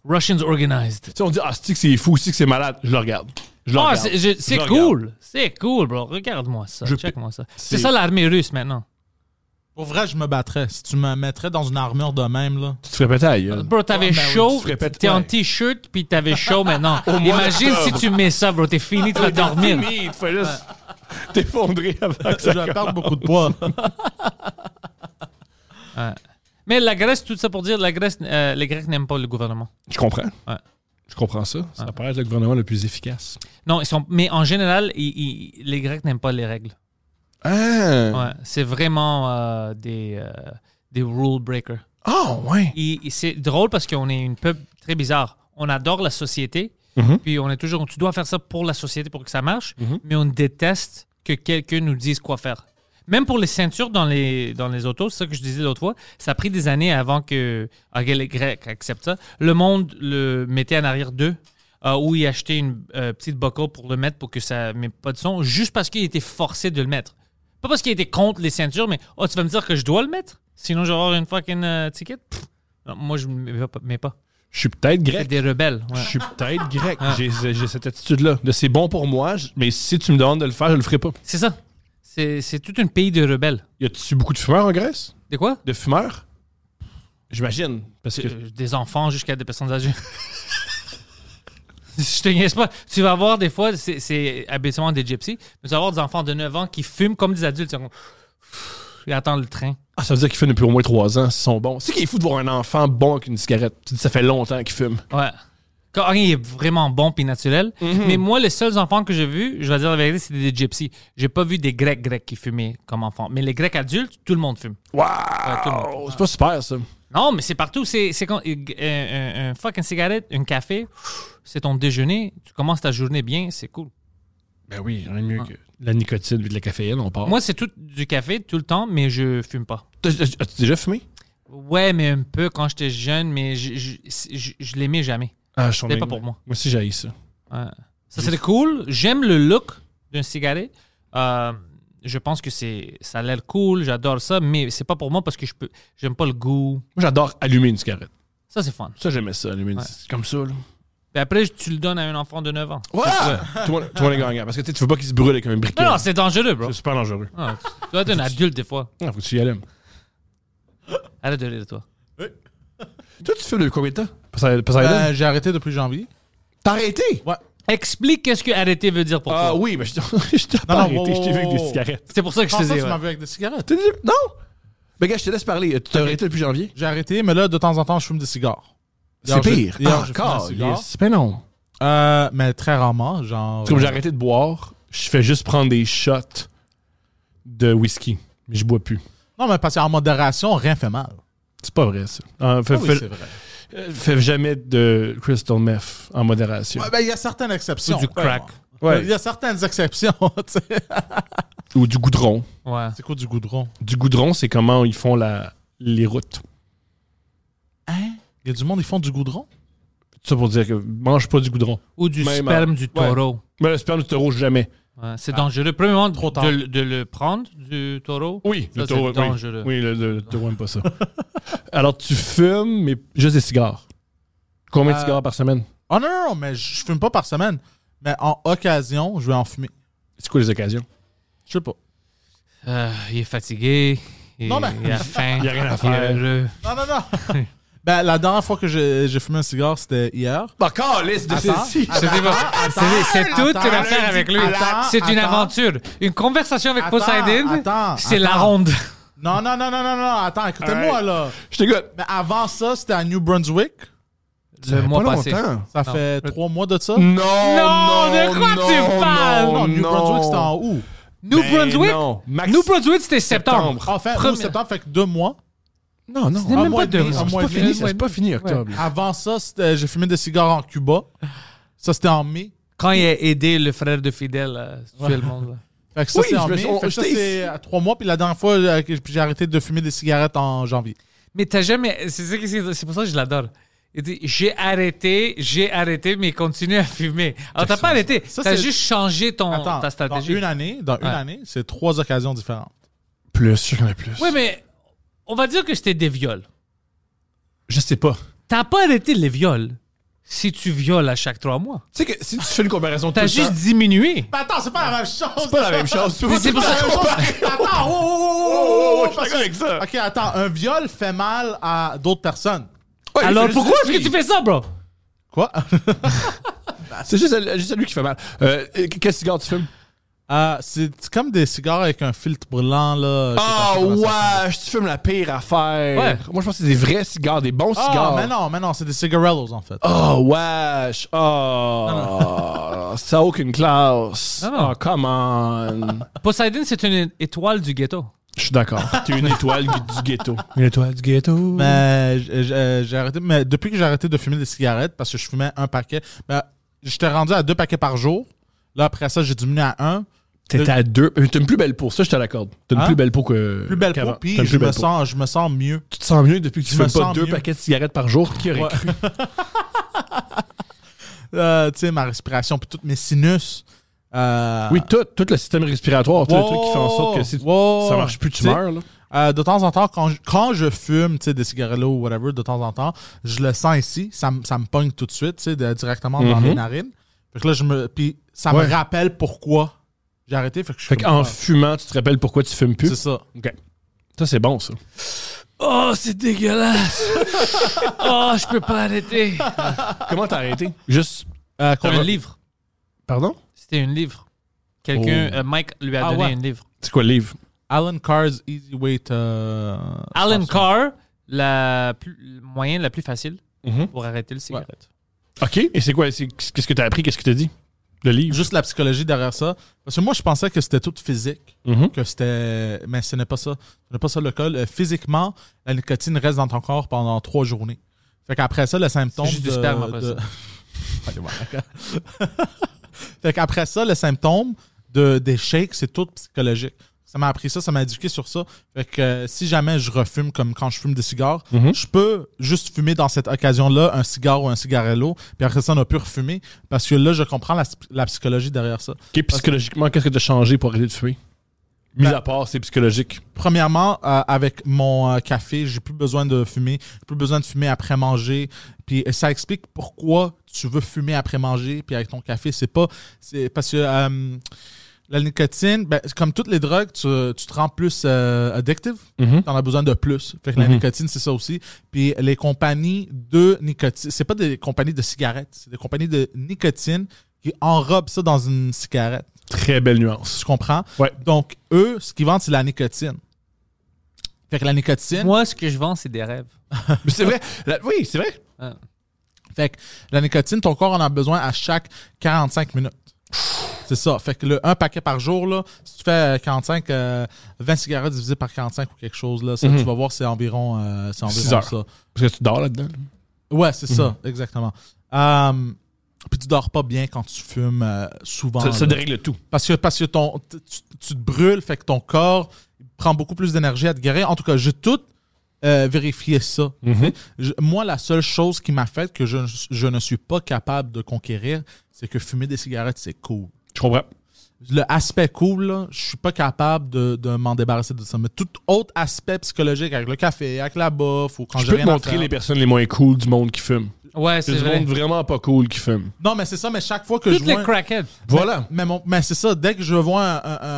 Russians organized. Tu sais, on dit, ah, c'est que c'est fou, c'est que c'est malade. Je le regarde. Je le Ah, regarde. c'est je- c'est Je le cool. C'est cool, bro. Regarde-moi ça. Je- Check-moi ça. C'est- C'est ça l'armée russe maintenant. Pour vrai, je me battrais. Si tu me mettrais dans une armure de même, là. Tu te ferais péter hein. la gueule. Bro, t'avais Ouais, ben oui, chaud. Ah, tu te répètes, T'es en ouais. t-shirt, puis t'avais chaud maintenant. mois Imagine si d'octobre. tu mets ça, bro. T'es fini, tu vas dormir. Fini, Tu fais juste t'effondrer avant que Je ça vais commence. perdre beaucoup de poids. Mais la Grèce, tout ça pour dire, la Grèce, euh, les Grecs n'aiment pas le gouvernement. Je comprends. Ouais. Je comprends ça. Ça paraît être le gouvernement le plus efficace. Non, ils sont. Mais en général, ils- ils- les Grecs n'aiment pas les règles. Ah! Ouais, c'est vraiment euh, des, euh, des rule breakers. Ah, ouais. Et, et c'est drôle parce qu'on est une peuple très bizarre. On adore la société, puis on est toujours. Tu dois faire ça pour la société pour que ça marche, mais on déteste que quelqu'un nous dise quoi faire. Même pour les ceintures dans les, dans les autos, c'est ça que je disais l'autre fois, ça a pris des années avant que avant que les Grecs acceptent ça. Le monde le mettait en arrière d'eux, euh, où il achetait une euh, petite buckle pour le mettre pour que ça ne mette pas de son, juste parce qu'il était forcé de le mettre. Pas parce qu'il était contre les ceintures, mais oh, tu vas me dire que je dois le mettre? Sinon, je vais avoir une fucking euh, ticket? Pff, non, moi, je ne mets pas. mets pas. Je suis peut-être C'est grec. des rebelles. ouais. Je suis peut-être grec. J'ai- J'ai cette attitude-là. de C'est bon pour moi, je- mais si tu me demandes de le faire, je le ferai pas. C'est ça. C'est c'est tout un pays de rebelles. Y a-tu beaucoup de fumeurs en Grèce De quoi? De fumeurs J'imagine. Parce que. Euh, Des enfants jusqu'à des personnes âgées. Je te niaise pas. Tu vas avoir des fois, c'est- c'est habituellement des gypsies, mais tu vas avoir des enfants de 9 ans qui fument comme des adultes. Ils sont comme- Ils attendent le train. Ah, ça veut dire qu'ils fument depuis au moins trois ans, ils sont bons. C'est qu'il est fou de voir un enfant bon avec une cigarette. Tu dis, ça fait longtemps qu'il fume. Ouais. Quand rien est vraiment bon puis naturel. Mais moi, les seuls enfants que j'ai vus, je vais dire la vérité, c'était des gypsies. J'ai pas vu des Grecs grecs qui fumaient comme enfants. Mais les Grecs adultes, tout le monde fume. Waouh tout le monde. C'est pas super, ça. Non, mais c'est partout. C'est c'est quand euh, un, un fucking cigarette, un café, c'est ton déjeuner. Tu commences ta journée bien, c'est cool. Ben oui, rien de mieux que la nicotine et de la caféine, on part. Moi, c'est tout du café tout le temps, mais je fume pas. T'as- as- as-tu déjà fumé Ouais, mais un peu quand j'étais jeune, mais je, je, je- je l'aimais jamais. Ah, je suis C'était pas pour moi. Moi aussi, j'ai ça. Ouais. Ça, c'est cool. J'aime le look d'un cigarette. Euh, je pense que c'est ça a l'air cool, j'adore ça, mais c'est pas pour moi parce que je peux j'aime pas le goût. Moi, j'adore allumer une cigarette. Ça, c'est fun. Ça, j'aimais ça, allumer une Ouais. cigarette. Comme ça, là. Puis après, tu le donnes à un enfant de 9 ans. Ouais! Tout le monde- tout le monde est gagnant. Parce que tu sais, tu veux pas qu'il se brûle avec un briquet. Non, non, c'est dangereux, bro. c'est super dangereux. Ah, tu dois être un adulte des fois. Ah, faut que tu y allumes. Arrête de rire, toi. Toi, tu fumes depuis combien de temps Poseidon? Poseidon? Euh, J'ai arrêté depuis janvier. T'as arrêté Explique qu'est-ce que arrêter veut dire pour toi. Ah oui, mais je t'ai je t'ai pas non, arrêté. wow, Je t'ai vu avec wow, des wow. cigarettes. C'est pour ça que je Je te pensais que dis. tu ouais. m'as vu avec des cigarettes. T'as déjà- Non Mais gars, je te laisse parler. Euh, Tu t'as arrêté depuis janvier J'ai arrêté, mais là, de temps en temps, je fume des cigares. C'est Hier, j'ai- pire. hier, Ah, j'ai fumé un encore. cigare. yes. Ben non. Euh, mais très rarement, genre. C'est comme j'ai arrêté de boire, je fais juste prendre des shots de whisky. Mais je bois plus. Non, mais parce qu'en modération, rien fait mal. C'est pas vrai, ça. Euh, fais, Ah oui, fais- Ah c'est vrai. euh, fais jamais de crystal meth en modération. Ouais, ben, il y a certaines exceptions. Ou du Ouais, crack. bon. Ouais. Il y a certaines exceptions, tu sais. Ou du goudron. Ouais. C'est quoi du goudron? Du goudron, c'est comment ils font la, les routes. Hein? Il y a du monde, ils font du goudron? Ça pour dire que mange pas du goudron. Ou du Même sperme en- du taureau. Mais le sperme du taureau, jamais. Ouais, c'est dangereux. Premièrement, Ah. Trop tard. de, le- de le prendre du taureau. Oui, Ça, le c'est taureau, oui. dangereux. Oui, le, le- le taureau aime pas ça. Alors, tu fumes, mais juste des cigares. Combien de Euh, cigares par semaine? Oh non, non, non, mais je je fume pas par semaine. Mais en occasion, je vais en fumer. C'est quoi les occasions? Je sais pas. Euh, il est fatigué. Il, Non, mais- il a faim. Il y a rien à faire. Il est heureux. Non, non, non. ben, la dernière fois que j'ai j'ai fumé un cigare, c'était hier. Bah, calisse de Attends. ceci! Je sais pas. C'est- C'est toute une attends, affaire avec lui. attends, C'est une attends. aventure. Une conversation avec Attends, Poseidon. attends, C'est la attends. ronde. Non, non, non, non, non, non. Attends, écoutez-moi, là. Je t'écoute. Mais avant ça, c'était à New Brunswick. Le mois passé. Ça Non. fait trois mois de ça. Oh, Non, non, de quoi tu non, parles? Non, New Brunswick, c'était en août. New Ben Brunswick. non. Max- New Brunswick, c'était septembre. Septembre. Enfin, Premier- août, septembre, fait que deux mois. Non, non. C'était Un même mois pas et deux demi, mois. un mois C'est et pas fini, demi. ça, c'est pas fini, octobre. Avant ça, c'était- j'ai fumé des cigares en Cuba. Ça, c'était en mai. Quand il a aidé le frère de Fidel à tuer le monde. là. Fait que ça, Oui, c'est en je me mai. suis- on- Fait que ça, j'étais c'est ici. à trois mois. Puis la dernière fois, euh, que j'ai arrêté de fumer des cigarettes en janvier. Mais t'as jamais. C'est ça qui- c'est- c'est pour ça que je l'adore. Il dit J'ai arrêté, j'ai arrêté, mais continue à fumer. Alors t'as pas arrêté. ça, T'as c'est- juste changé ton, Ah, Attends, ta stratégie. dans une année, dans une Ouais. année, c'est trois occasions différentes. Plus, je connais plus. Oui, mais on va dire que c'était des viols. Je sais pas. T'as pas arrêté les viols si tu violes à chaque trois mois. Tu sais que si tu fais une comparaison tout T'as le juste temps, diminué. Mais attends, c'est pas la même chose. c'est pas la même chose. Tu peux Mais c'est pas pour ça comparer. Attends, oh, oh, Oh, je suis parce d'accord avec ça. que- Ok, attends, un viol fait mal à d'autres personnes. Ouais, Alors c'est pourquoi juste- est-ce que tu fais ça, bro? Quoi? Bah, C'est juste, à- juste à lui qui fait mal. Euh, euh, quel cigare tu fumes? Euh, c'est comme des cigares avec un filtre brûlant, là. je sais pas Ah, comment ça s'appelle. wesh, tu fumes la pire affaire. Ouais. Moi, je pense que c'est des vrais cigares, des bons Ah, cigares. mais non, mais non, c'est des cigarellos, en fait. Oh, wesh. Oh, ça a aucune classe. Non, non. Oh, come on. Ah. Poseidon, c'est une étoile du ghetto. Je suis d'accord. T'es une étoile du ghetto. Une étoile du ghetto. Mais j- j- euh, j'ai arrêté, mais depuis que j'ai arrêté de fumer des cigarettes, parce que je fumais un paquet, ben, j'étais rendu à deux paquets par jour. Là, après ça, j'ai diminué à un. T'es à deux. Euh, T'as une plus belle peau, ça je te l'accorde. T'as une Hein? plus belle peau que. Plus belle peau, qu'avant. puis T'as une je plus belle me, peau. sens, je me sens mieux. Tu te sens mieux depuis que tu Je fais me pas sens deux mieux. paquets de cigarettes par jour. Qui aurait Ouais. cru? Euh, tu sais, ma respiration, puis toutes mes sinus. euh, Oui, tout, tout le système respiratoire, tout le truc qui fait en sorte que si wow, ça marche plus, tu sais, meurs. Là. euh, de temps en temps, quand je, quand je fume, tu sais, des cigarettes ou whatever, de temps en temps, je le sens ici, ça, me- ça me pogne tout de suite, tu sais, de- directement dans Mhm. les narines. Fait que là, je me, puis ça Ouais. me rappelle pourquoi j'ai arrêté. Fait que je Fait fume qu'en pas. fumant, tu te rappelles pourquoi tu fumes c'est plus. ça. Ça, c'est bon, ça. Oh, c'est dégueulasse. oh, je peux pas arrêter. Comment t'as arrêté? Juste. Euh, quand- Un livre. Pardon? C'était un livre. Quelqu'un, Oh. euh, Mike lui a Ah, donné ouais. un livre. C'est quoi le livre? Alan Carr's Easy Way to. euh, je Alan pense- Carr, la plus, le moyen la plus facile Mhm. pour arrêter le cigarette. OK. Et c'est quoi? c'est- Qu'est-ce que t'as appris? Qu'est-ce que t'as dit? Le livre? Juste la psychologie derrière ça. Parce que moi, je pensais que c'était tout physique. Mhm. que c'était. Mais ce n'est pas ça. Ce n'est pas ça le cas. Euh, physiquement, la nicotine reste dans ton corps pendant trois journées. Fait qu'après ça, le symptôme. C'est juste du de- sperme après de- ça. Allez, voilà. fait qu'après ça, le symptôme de, des shakes, c'est tout psychologique. Ça m'a appris ça, ça m'a éduqué sur ça. Fait que euh, si jamais je refume, comme quand je fume des cigares, Mhm. je peux juste fumer dans cette occasion-là un cigare ou un cigarello, puis après ça, on a pu refumer, parce que là, je comprends la, la psychologie derrière ça. OK, psychologiquement, qu'est-ce que t'as changé pour arrêter de fumer? Mis Ben- à part, c'est psychologique. premièrement, euh, avec mon euh, café, j'ai plus besoin de fumer. J'ai plus besoin de fumer après manger. Puis euh, ça explique pourquoi tu veux fumer après manger. Puis avec ton café, c'est pas. C'est parce que. euh, la nicotine, ben, c'est comme toutes les drogues, tu, tu te rends plus euh, addictive. Mhm. T'en as besoin de plus. Fait que la Mhm. nicotine, c'est ça aussi. Puis les compagnies de nicotine, c'est pas des compagnies de cigarettes, c'est des compagnies de nicotine qui enrobent ça dans une cigarette Très belle nuance. je comprends. Ouais. Donc, eux, ce qu'ils vendent, c'est la nicotine. Fait que la nicotine, Moi, ce que je vends, c'est des rêves. Mais c'est vrai. La- oui, c'est vrai. fait que la nicotine, ton corps en a besoin à chaque 45 minutes. C'est ça. Fait que le un paquet par jour, là, si tu fais euh, 45, euh, 20 cigarettes divisé par 45 ou quelque chose, là, ça, Mhm. tu vas voir, c'est environ, euh, c'est Six environ heures. Mhm. ça. Parce que tu dors là-dedans. Ouais, c'est ça, exactement. Euh, puis tu dors pas bien quand tu fumes euh, souvent. Ça, ça là. dérègle tout. Parce que, parce que ton, tu, tu te brûles, fait que ton corps prend beaucoup plus d'énergie à te guérir. En tout cas, j'ai tout euh, vérifié ça. Mhm. Je- moi, la seule chose qui m'a fait que je, je ne suis pas capable de conquérir, c'est que fumer des cigarettes, c'est cool. Je comprends. Le aspect cool, là, je suis pas capable de, de m'en débarrasser de ça. Mais tout autre aspect psychologique avec le café, avec la bouffe ou quand Je j'ai peux te rien à montrer faire. les personnes les moins cool du monde qui fument. Ouais, C'est c'est du vrai. monde vraiment pas cool qui fume. Non, mais c'est ça, mais chaque fois que Toutes je les vois... crackheads. Voilà. Mais, mon- mais c'est ça, dès que je vois un-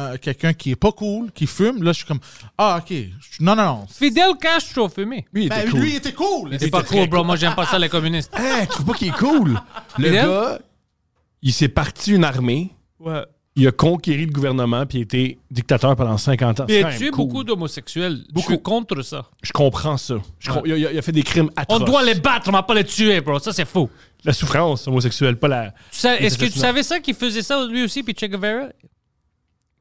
un- un- quelqu'un qui est pas cool, qui fume, là, je suis comme, ah, ok, Je- non, non, non, Fidel Castro fumé. Lui, il était Ben, cool. lui, il était cool. C'est pas cool, bro. Moi, j'aime pas ça, les communistes. Hein, tu trouves pas qu'il est cool? Le Fidel? gars, il s'est parti une armée, Ouais. il a conquéri le gouvernement, puis il était dictateur pendant 50 ans. Il C'est a quand tué même cool. beaucoup d'homosexuels. Je Beaucoup. suis contre ça. Je comprends ça. Je com- il, a, il a- il a fait des crimes On atroces. doit les battre, on va pas les tuer, bro. Ça, c'est faux. La souffrance homosexuelle, pas la... Tu sais- Est-ce que tu assassinats. savais ça qu'il faisait ça lui aussi, puis Che Guevara?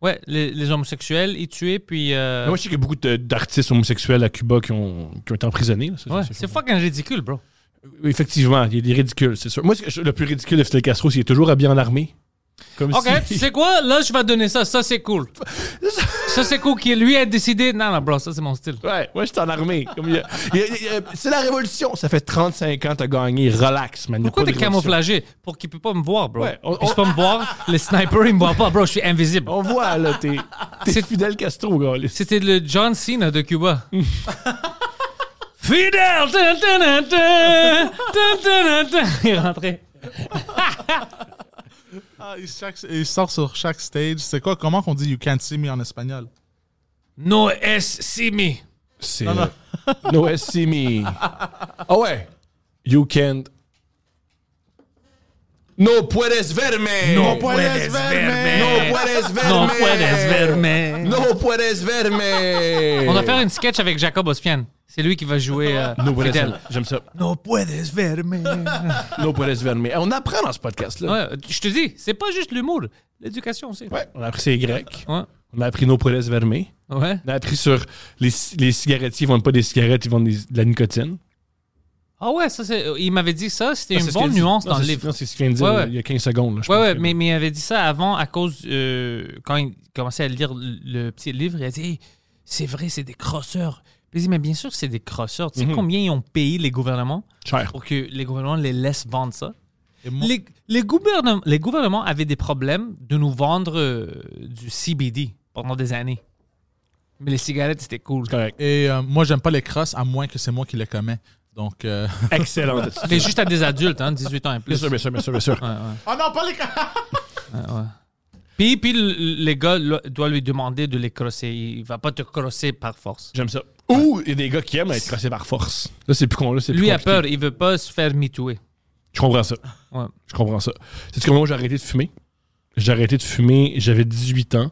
Ouais, les, les homosexuels, ils tuaient, puis. euh, Moi, je sais qu'il y a beaucoup de- d'artistes homosexuels à Cuba qui ont, qui ont été emprisonnés. là. Ça, ouais, ça, c'est fucking ridicule, bro. Effectivement, il est des ridicules, c'est sûr. Moi, ce que je- le plus ridicule de Fidel Castro, c'est qu'il est toujours habillé en armée. Comme Ok, si- tu sais quoi? Là, je vais donner ça. Ça, c'est cool. ça, c'est cool qu'il lui ait décidé. Non, non, bro, ça, c'est mon style. Ouais, ouais, j'étais en armée. Comme il y a- il y a- il y a- c'est la révolution. Ça fait 35 ans, t'as gagné. Relax, man. Il y a Pourquoi pas t'es de révolution. camouflagé? Pour qu'il peut pas me voir, bro. Ouais, on- Oh. Il peut pas me voir. Les snipers, ils me voient pas, bro. Je suis invisible. On voit, là, t'es, t'es C'est- Fidel Castro, gars. là. C'était le John Cena de Cuba. Fidel! Dun, dun, dun, dun, dun, dun, dun, dun. Il est rentré. Ah, il, chaque- il sort sur chaque stage. C'est quoi? Comment qu'on dit You can't see me en espagnol? No es see me. C'est. Non, non. no es see me. Ah ouais. You can't. No puedes verme. No puedes verme. No puedes verme. No puedes verme. No puedes verme. On va faire une sketch avec Jacob Ospian. C'est lui qui va jouer euh, Eh. No puedes Fidel. verme. J'aime ça. No puedes verme. No puedes verme. On apprend dans ce podcast-là. Ouais, je te dis, c'est pas juste l'humour, l'éducation aussi. Ouais, on a appris les Grecs. Ouais. On a appris nos puedes verme. Ouais. On a appris sur les, les cigarettiers, ils vendent pas des cigarettes, ils vendent des- de la nicotine. Ah ouais, ça, c'est- il m'avait dit ça. C'était Ah, c'est une ce qu'il bonne dit. nuance Non, dans c'est- le livre. non, c'est ce qu'il vient de dire Ouais, ouais. il y a 15 secondes. là, je Ouais, pense ouais, que- mais, mais il avait dit ça avant à cause. euh, quand il commençait à lire le, le petit livre, il a dit Hey, c'est vrai, c'est des crosseurs. Puis il dit Mais bien sûr, que c'est des crosseurs. Tu sais Mhm. combien ils ont payé les gouvernements Cher. pour que les gouvernements les laissent vendre ça Et moi- les, les gouvernements, les gouvernements avaient des problèmes de nous vendre euh, du CBD pendant des années. Mais les cigarettes, c'était cool. C'est correct. Et euh, moi, j'aime pas les crosses, à moins que c'est moi qui les commets. Donc. euh, Excellent. Mais juste à des adultes, hein, 18 ans et bien plus. sûr, bien sûr, bien sûr, bien sûr. Ouais, ouais. Oh non, pas les crosses! Ouais, Ah, ouais. Puis, puis le- les gars là, doivent lui demander de les crosser. Il va pas te crosser par force. J'aime ça. Ou il y a des gars qui aiment être crossés par force. Là, c'est plus con. Là, c'est plus Lui a compliqué. peur, il veut pas se faire mitouer. Je comprends ça. Ouais. Je comprends ça. C'est ce que moi, j'ai arrêté de fumer. J'ai arrêté de fumer, j'avais 18 ans.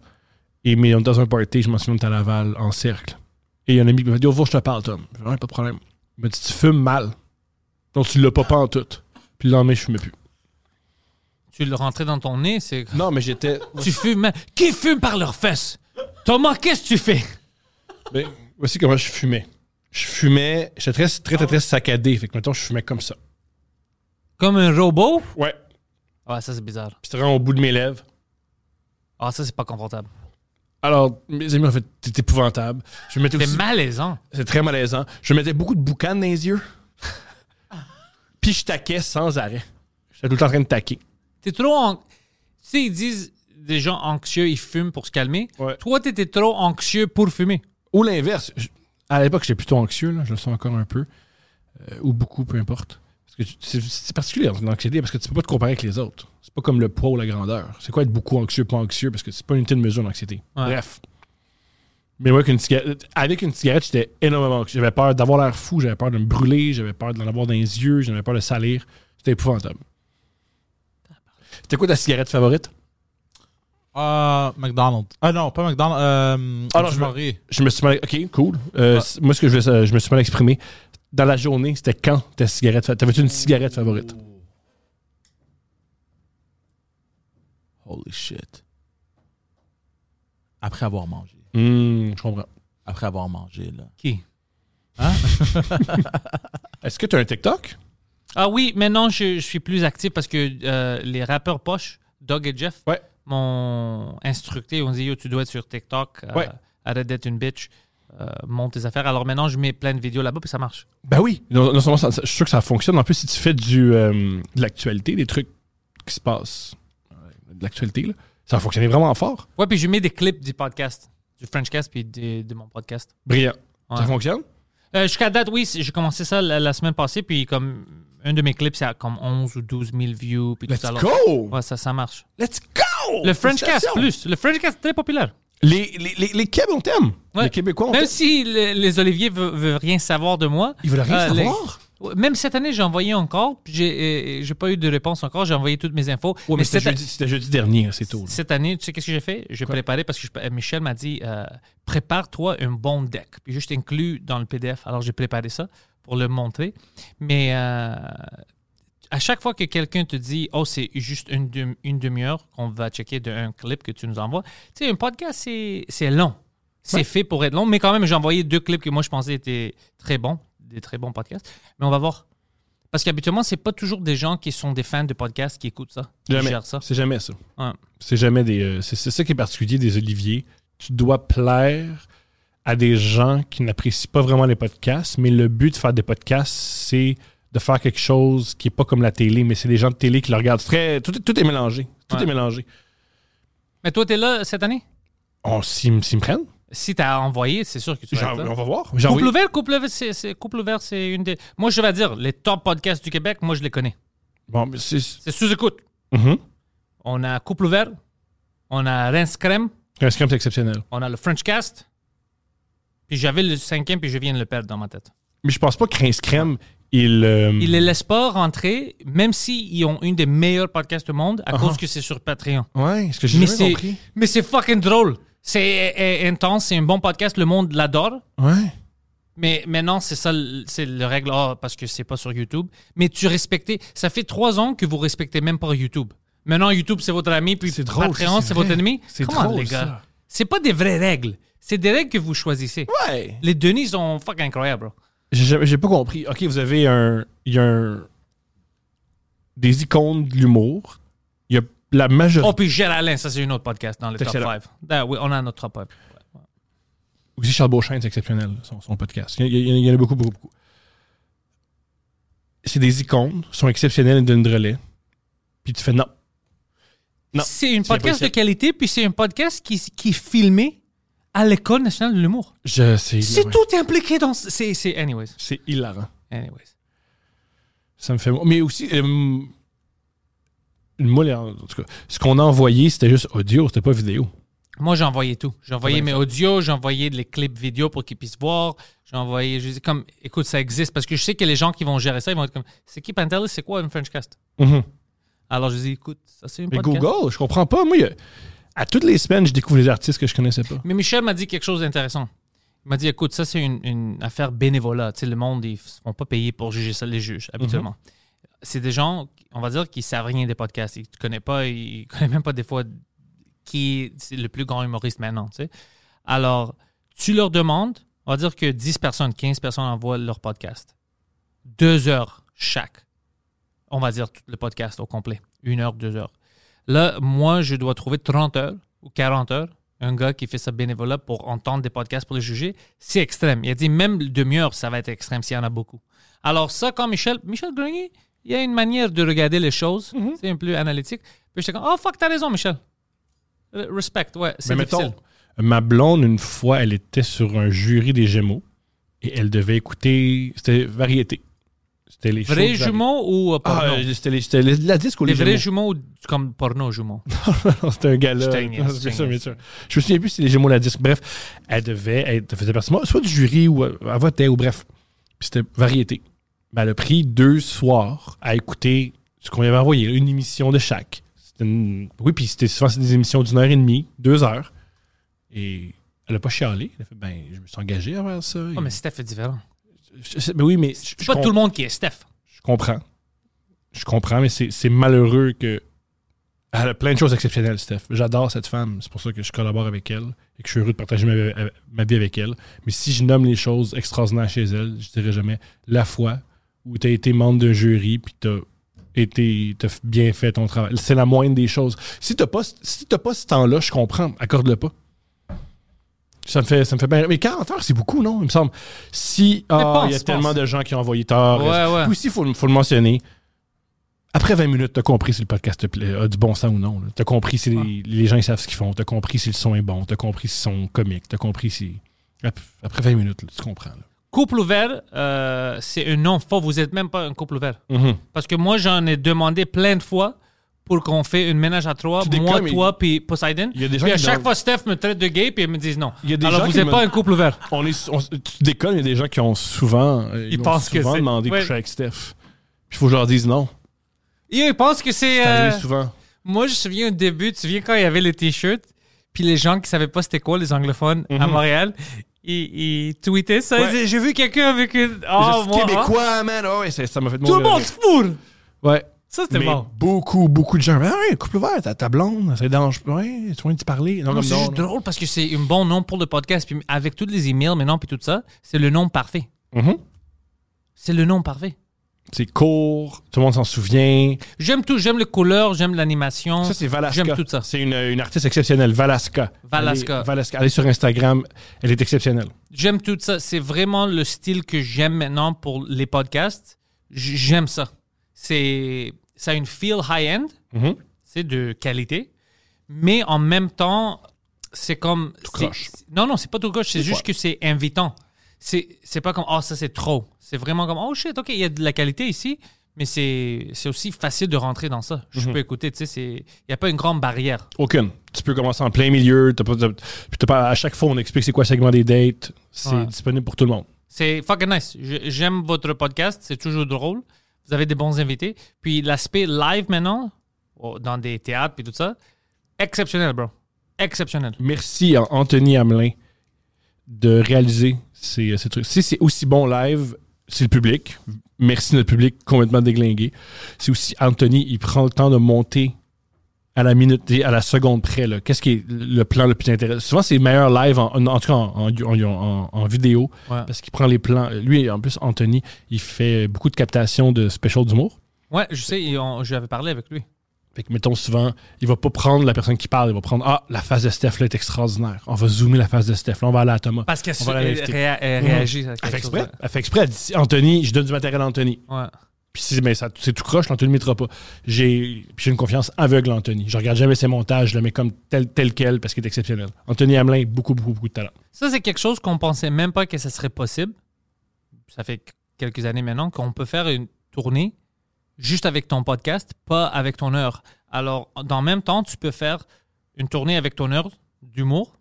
Et mais on était dans un party, je m'en souviens, on était à Laval, en cercle. Et il y a un ami qui m'a dit, oh, va, je te parle, Tom. J'ai dit, Ouais, pas de problème. Il m'a dit, tu fumes mal. Donc, tu l'as pas pas en tout. Puis le lendemain, je fumais plus. Tu le rentrais dans ton nez, c'est. Non, mais j'étais. Tu fumes. Qui fume par leurs fesses? Thomas, qu'est-ce que tu fais? Mais voici comment je fumais. Je fumais, j'étais très, très, très, très saccadé. Fait que maintenant, je fumais comme ça. Comme un robot? Ouais. Puis Ouais, ça c'est bizarre. c'était vraiment au bout de mes lèvres. Ah, ça c'est pas confortable. Alors, mes amis, en fait, c'est épouvantable. Je me mettais C'est aussi- malaisant. C'est très malaisant. Je mettais beaucoup de boucan dans les yeux. Puis je taquais sans arrêt. J'étais tout le temps en train de taquer. T'es trop. an- Tu sais, ils disent des gens anxieux, ils fument pour se calmer. Ouais. Toi, t'étais trop anxieux pour fumer. Ou l'inverse. Je- À l'époque, j'étais plutôt anxieux, là. je le sens encore un peu. Euh, ou beaucoup, peu importe. Parce que tu- c'est- c'est particulier dans l'anxiété parce que tu peux pas te comparer avec les autres. C'est pas comme le poids ou la grandeur. C'est quoi être beaucoup anxieux, pas anxieux, parce que c'est pas une unité de mesure l'anxiété. Ouais. Bref. Mais ouais, qu'une cigarette- avec une cigarette, j'étais énormément anxieux. J'avais peur d'avoir l'air fou, j'avais peur de me brûler, j'avais peur d'en avoir dans les yeux, j'avais peur de salir. C'était épouvantable. C'était quoi ta cigarette favorite? Ah, McDonald's. Ah non, pas McDonald's. Euh, Ah non, je me- Marie. Je me suis mal. Ok, cool. Euh, c- Moi, ce que je, voulais- euh, je me suis mal exprimé. Dans la journée, c'était quand ta cigarette favorite? T'avais-tu une cigarette favorite? Holy shit. Après avoir mangé. Hum, je comprends. Après avoir mangé, là. Qui? Est-ce que tu as un TikTok? Ah oui, maintenant je, je suis plus actif parce que euh, les rappeurs poches, Doug et Jeff, Ouais. m'ont instructé. On dit Yo, tu dois être sur TikTok. euh, Ouais. Arrête d'être une bitch. euh, monte tes affaires. Alors maintenant, je mets plein de vidéos là-bas puis ça marche. Ben oui. Non, non seulement ça- ça- je suis sûr que ça fonctionne. En plus, si tu fais du, euh, de l'actualité, des trucs qui se passent, euh, de l'actualité, là, ça va fonctionner vraiment fort. Ouais, puis je mets des clips du podcast, du Frenchcast puis des- de mon podcast. Brillant. Ça Ouais. fonctionne? Euh, Jusqu'à date, oui, c'est- j'ai commencé ça la, la semaine passée, puis comme un de mes clips, c'est à comme 11 ou 12 000 views, puis tout Let's ça. là. go! Ouais, ça, ça marche. Let's go! Le Frenchcast, Félicitations! plus. Le Frenchcast, très populaire. Les, les, les, les Québécois, on t'aime. Ouais. Les Québécois, on Même t'aime. si le- les Olivier ne veulent rien savoir de moi. Ils veulent rien euh, les- savoir. Ouais, Même cette année, j'ai envoyé encore, puis j'ai euh, j'ai pas eu de réponse encore. J'ai envoyé toutes mes infos. Ouais, mais, cette, c'était jeudi, c'était jeudi dernier, c'est tôt. là. cette année, tu sais qu'est-ce que j'ai fait? J'ai préparé parce que je- euh, Michel m'a dit euh, prépare-toi un bon deck. Puis juste inclus dans le PDF. Alors j'ai préparé ça pour le montrer. Mais euh, à chaque fois que quelqu'un te dit oh, c'est juste une, dem- une demi-heure qu'on va checker d'un clip que tu nous envoies, tu sais, un podcast, c'est- c'est long. C'est fait pour être long, mais quand même, j'ai envoyé deux clips que moi je pensais étaient très bons, des très bons podcasts. Mais on va voir. Parce qu'habituellement, c'est pas toujours des gens qui sont des fans de podcasts qui écoutent ça, qui Jamais. gèrent ça. C'est jamais ça. Ouais. C'est jamais des. euh, c'est c'est ça qui est particulier des Oliviers. Tu dois plaire à des gens qui n'apprécient pas vraiment les podcasts, mais le but de faire des podcasts, c'est de faire quelque chose qui est pas comme la télé, mais c'est des gens de télé qui le regardent. C'est Très, tout, est- tout est mélangé. Tout Ouais. est mélangé. Mais toi, t'es là cette année? On s'y me prennent. Si t'as envoyé, c'est sûr que tu vas J'en- être On là. va voir. J'ai Couple envoyé- ouvert, couple ouvert, c'est- c'est couple ouvert, c'est une des. Moi, je vais dire, les top podcasts du Québec, moi, je les connais. Bon, mais c'est. C'est sous-écoute. Mm-hmm. Mhm. On a Couple ouvert, on a Rince Crème, Un scrum, c'est exceptionnel. on a le Frenchcast. Puis j'avais le cinquième, puis je viens de le perdre dans ma tête. Mais je pense pas que Rince Crème, il. euh, Ils les laissent pas rentrer, même s'ils ont une des meilleurs podcasts du monde, à Uh-huh. cause que c'est sur Patreon. Ouais, est-ce que j'ai Mais jamais c'est- compris? Mais c'est fucking drôle. C'est euh, euh, intense, c'est un bon podcast, le monde l'adore. Ouais. Mais maintenant, c'est ça, le- c'est le règle Ah, parce que c'est pas sur YouTube. Mais tu respectais. Ça fait trois ans que vous respectez même pas YouTube. Maintenant, YouTube, c'est votre ami, puis C'est drôle, Patreon, c'est c'est votre vrai. ennemi. C'est Comment, drôle, les gars? ça. C'est pas des vraies règles. C'est des règles que vous choisissez. Ouais. Les Denis sont fucking incroyables. bro. J'ai jamais- j'ai pas compris. Ok, vous avez un. Il y a un. Des icônes de l'humour. Il y a la Oh, majorité. puis Gérald Alain, ça c'est une autre podcast dans le top Excellent. 5. Ah oui, on a notre top 5. Aussi, Charles Beauchamp, c'est exceptionnel, son, son podcast. Il y, a- il y a- il y en a beaucoup, beaucoup, beaucoup. C'est des icônes, sont exceptionnelles et donnent de relais. Puis tu fais non. Non, C'est une c'est pas podcast de possible. qualité, puis c'est un podcast qui, qui est filmé à l'École nationale de l'humour. Je, c'est C'est hilarant. tout impliqué dans. C'est. c'est- Anyways. C'est hilarant. Anyways. Ça me fait. Mais aussi, euh, moi, les- en tout cas, ce qu'on a envoyé, c'était juste audio, c'était pas vidéo. Moi, j'ai envoyé tout. J'ai envoyé Ouais, mes audios, j'ai envoyé les clips vidéo pour qu'ils puissent voir. J'ai envoyé. Je dis comme, écoute, ça existe. Parce que je sais que les gens qui vont gérer ça, ils vont être comme, c'est qui Pantelis, c'est quoi une Frenchcast? Alors, je dis, écoute, ça c'est une Mais podcast. Google, je comprends pas. Moi, il y a- à toutes les semaines, je découvre des artistes que je connaissais pas. Mais Michel m'a dit quelque chose d'intéressant. Il m'a dit, écoute, ça, c'est une, une affaire bénévolat. Tu sais, le monde, ils ne sont pas payés pour juger ça, les juges, habituellement. C'est des gens, on va dire, qui ne savent rien des podcasts. Ils ne connaissent pas, ils connaissent même pas des fois qui est le plus grand humoriste maintenant, tu sais. Alors, tu leur demandes, on va dire que 10 personnes, 15 personnes envoient leur podcast. Deux heures chaque. On va dire tout le podcast au complet. Une heure, deux heures. Là, moi, je dois trouver 30 heures ou 40 heures. Un gars qui fait ça bénévolat pour entendre des podcasts pour les juger, c'est extrême. Il a dit même demi-heure, ça va être extrême s'il y en a beaucoup. Alors, ça, quand Michel, Michel Grenier, il y a une manière de regarder les choses, c'est un peu plus analytique. Puis j'étais comme, oh fuck, t'as raison, Michel. Euh, Respect, ouais, c'est Mais difficile. mettons, ma blonde, une fois, elle était sur un jury des Gémeaux et elle devait écouter. C'était variété. C'était les shows de Vrais variété. jumeaux ou euh, porno? Ah, euh, c'était les- c'était les- la disque ou les les, vrais Gémeaux? jumeaux ou comme porno jumeaux? Non, C'était un gala. Je Non, t'ai niaise, c'est bien je sûr, t'ai bien sûr. Je me souviens plus si les Gémeaux ou la disque. Bref, elle devait être, faisait partie soit du jury ou euh, elle elle votait ou bref. Puis c'était variété. Mais elle a pris deux soirs à écouter ce qu'on lui avait envoyé, une émission de chaque. C'était une- Oui, puis c'était souvent c'est des émissions d'une heure et demie, deux heures. Et elle a pas chialé. Elle a fait, ben, je me suis engagé à faire ça. Ah, mais Steph est différent. Je- je- mais oui, mais je, C'est je pas com- tout le monde qui est Steph. je comprends. Je comprends, mais c'est c'est malheureux que. Elle a plein de choses exceptionnelles, Steph. J'adore cette femme. C'est pour ça que je collabore avec elle et que je suis heureux de partager ma, ma vie avec elle. Mais si je nomme les choses extraordinaires chez elle, je dirais jamais la fois où tu as été membre d'un jury puis tu as été t'as bien fait ton travail. C'est la moindre des choses. Si t'as pas si t'as pas ce temps-là, je comprends. Accorde-le pas. Ça me fait ça me fait bien. rire. Mais 40 heures, c'est beaucoup, non? Il me semble. Si ah, pense, il y a pense. tellement de gens qui ont envoyé tard. Ouais, ouais. Puis aussi, il faut, le- faut le mentionner. Après 20 minutes, t'as compris si le podcast te plaît- a du bon sens ou non. là. T'as compris si les, les gens ils savent ce qu'ils font. T'as compris si le son est bon. T'as compris si son comique. T'as compris si. Ap- Après 20 minutes, là, tu comprends. là. Couple ouvert, euh, c'est un nom faux. Vous êtes même pas un couple ouvert. Parce que moi, j'en ai demandé plein de fois pour qu'on fait une ménage à trois. Tu Moi, déconnes, toi, puis Poseidon. Il y a des gens puis à qui chaque me- fois, Steph me traite de gay, puis ils me disent non. Il y a des Alors, gens vous qui n'êtes me- pas un couple ouvert. On est, on- tu déconnes, il y a des gens qui ont souvent, euh, Ils ont pensent que souvent c'est- demandé de ouais. coucher avec Steph. Puis il faut que je leur dise non. Et eux, ils pensent que c'est... C'est arrivé euh, souvent. Moi, je me souviens au début, tu te souviens quand il y avait les t-shirts, puis les gens qui savaient pas c'était quoi, les anglophones à Montréal, ils, ils tweetaient ça. ils Mhm. Ouais. disaient, J'ai vu quelqu'un avec une. Ah, Je suis moi, ah. Québécois, man. Oh, ouais, ça ça m'a fait Tout le mourir. monde se fout Ouais. Ça, c'était Mais bon. beaucoup, beaucoup de gens. Ah ouais, couple ouvert, ta, ta blonde, c'est dangereux. Ouais, hein? tu viens de parler. Non, Non, comme C'est non, juste non. drôle parce que c'est un bon nom pour le podcast. Puis avec tous les emails maintenant, puis tout ça, c'est le nom parfait. Mhm. C'est le nom parfait. C'est court, tout le monde s'en souvient. J'aime tout. J'aime les couleurs, j'aime l'animation. Ça, c'est Valaska. J'aime tout ça. C'est une, une artiste exceptionnelle, Valaska. Valaska. Elle est, Valaska. Elle est sur Instagram, elle est exceptionnelle. J'aime tout ça. C'est vraiment le style que j'aime maintenant pour les podcasts. J- J'aime ça. C'est ça a une feel high end, Mhm. c'est de qualité, mais en même temps, c'est comme tout croche. Non non, c'est pas tout croche. C'est juste que c'est invitant. C'est c'est pas comme oh ça c'est trop. C'est vraiment comme oh shit ok il y a de la qualité ici, mais c'est c'est aussi facile de rentrer dans ça. Mhm. Je peux écouter. Tu sais c'est il y a pas une grande barrière. Aucune. Tu peux commencer en plein milieu, t'as pas, t'as- puis t'as pas- à chaque fois, on explique c'est quoi le segment des dates. C'est Ouais. disponible pour tout le monde. C'est fucking nice. Je- J'aime votre podcast. C'est toujours drôle. Vous avez des bons invités. Puis l'aspect live maintenant, oh, dans des théâtres et tout ça, exceptionnel, bro. Exceptionnel. Merci à Anthony Hamelin de réaliser ces, ces trucs. Si c'est aussi bon live, c'est le public. Merci notre public complètement déglingué. C'est aussi Anthony, il prend le temps de monter à la minute, et à la seconde près. là. Qu'est-ce qui est le plan le plus intéressant? Souvent, c'est meilleur live, en, en- en tout cas en, en- en- en vidéo, Ouais. parce qu'il prend les plans. Lui, en plus, Anthony, il fait beaucoup de captations de special d'humour. Ouais, je sais, et on- j'avais parlé avec lui. Fait que, mettons, souvent, il va pas prendre la personne qui parle, il va prendre Ah, la face de Steph là est extraordinaire. On va zoomer la face de Steph, là, on va aller à Thomas. Parce qu'elle On va elle l'inviter. réa- elle Mhm. réagit à Elle quelque fait chose. exprès. Elle fait exprès. Elle dit, Anthony, je donne du matériel à Anthony. Ouais. Puis si ben, ça- c'est tout croche, l'Anthony ne mettra pas. J'ai puis j'ai une confiance aveugle en Anthony. Je regarde jamais ses montages, je le mets comme tel, tel quel parce qu'il est exceptionnel. Anthony Hamelin, beaucoup, beaucoup, beaucoup de talent. Ça, c'est quelque chose qu'on pensait même pas que ça serait possible. Ça fait quelques années maintenant qu'on peut faire une tournée juste avec ton podcast, pas avec ton heure. Alors, dans le même temps, tu peux faire une tournée avec ton heure d'humour,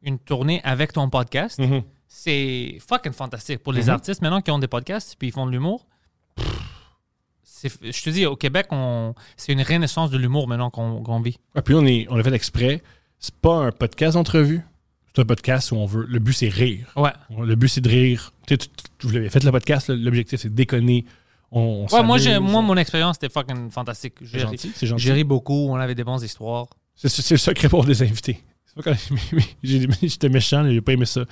une tournée avec ton podcast. C'est fucking fantastique. Pour les Mhm. artistes maintenant qui ont des podcasts puis ils font de l'humour, pff, c'est- je te dis, au Québec, on- c'est une renaissance de l'humour maintenant qu'on qu'on vit. Ah, puis on, est, on l'a fait exprès. C'est pas un podcast d'entrevue. C'est un podcast où on veut. Le but, c'est rire. Ouais. Le but, c'est de rire. Tu sais, tu- tu- vous l'avez fait le podcast, là, l'objectif, c'est de déconner. On, on Ouais, moi, s'amuse. j'ai- moi, mon expérience, c'était fucking fantastique. C'est J'ai- gentil. C'est J'ai gentil. ri beaucoup, on avait des bonnes histoires. C'est c'est le secret pour des invités. C'est pas quand j'ai- j'étais méchant, j'ai pas aimé ça.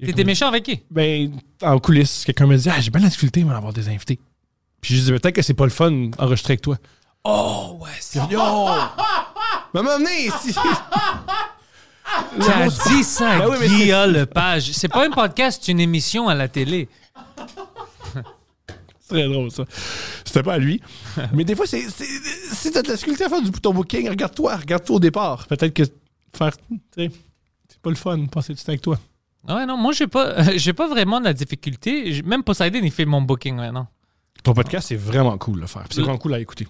T'étais méchant avec qui? ben, en coulisses, quelqu'un me dit Ah, j'ai bien la difficulté moi, d'avoir des invités. Puis je dis Ben, Peut-être que c'est pas le fun enregistrer avec toi. Oh, ouais, c'est... Yo Maman, venez ici T'as dit ça à Ben oui, mais Guilla c'est- Lepage. C'est pas un podcast, c'est une émission à la télé. C'est très drôle, ça. C'était pas à lui. Mais des fois, c'est, c'est, si t'as de la difficulté à faire du bouton booking, regarde-toi, regarde-toi au départ. Peut-être que faire. Tu sais, c'est pas le fun, de passer du temps avec toi. Ouais, non, moi, j'ai pas, euh, j'ai pas vraiment de la difficulté. J'ai- Même Poseidon, il fait mon booking maintenant. Ton podcast, c'est vraiment cool à faire. puis c'est Le- vraiment cool à écouter.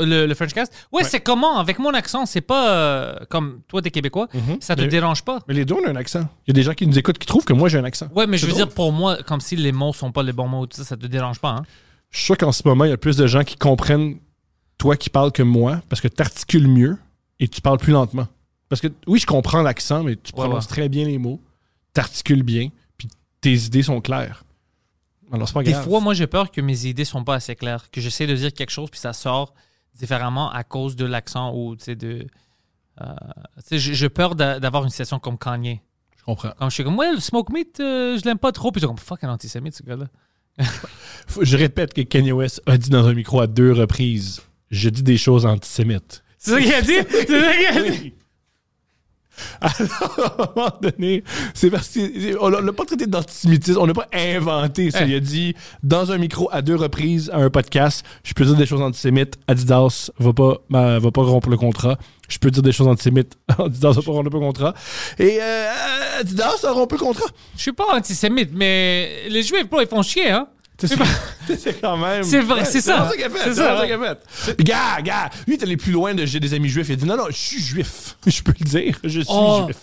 Le, le Frenchcast. Ouais, c'est comment? Avec mon accent, c'est pas... euh, comme toi, t'es québécois, Mhm. ça te Mais- dérange pas? Mais les deux, on a un accent. Il y a des gens qui nous écoutent qui trouvent que moi, j'ai un accent. Ouais, mais je C'est veux drôle. dire, pour moi, comme si les mots sont pas les bons mots, tout ça, ça te dérange pas, hein? Je suis sûr qu'en ce moment, il y a plus de gens qui comprennent toi qui parles que moi parce que tu articules mieux et tu parles plus lentement. Parce que oui, je comprends l'accent, mais tu Ouais, prononces ouais. très bien les mots, tu articules bien, puis tes idées sont claires. Alors, c'est pas Des grave. fois, moi, j'ai peur que mes idées sont pas assez claires, que j'essaie de dire quelque chose puis ça sort différemment à cause de l'accent ou tu sais de. euh, tu sais, j'ai j'ai peur d'a- d'avoir une session comme Kanye. je comprends. Comme je suis comme, ouais, le smoke meat, euh, je l'aime pas trop. Puis ils sont comme, fuck, un antisémite, ce gars-là. Faut- je répète que Kanye West a dit dans un micro à deux reprises Je dis des choses antisémites. C'est ça qu'il a dit? C'est ça qu'il a dit? Alors, à un moment donné, c'est parce qu'on l'a pas traité d'antisémitisme, on l'a pas inventé ça. Hein. Il a dit dans un micro à deux reprises à un podcast, je peux dire des choses antisémites, Adidas va pas, ma- va pas rompre le contrat. Je peux dire des choses antisémites, Adidas va pas rompre le contrat. Et euh, Adidas a rompu le contrat. Je suis pas antisémite, mais les juifs, bro, ils font chier, hein? C'est c'est quand même. C'est vrai, Ouais, c'est ça. C'est vraiment ça qu'il a fait. C'est C'est ça, vraiment ça qu'il a fait. Gars, gars, lui, il est allé plus loin de j'ai des amis juifs. Il a dit non, non, je suis juif. Je peux le dire, je suis Oh. juif.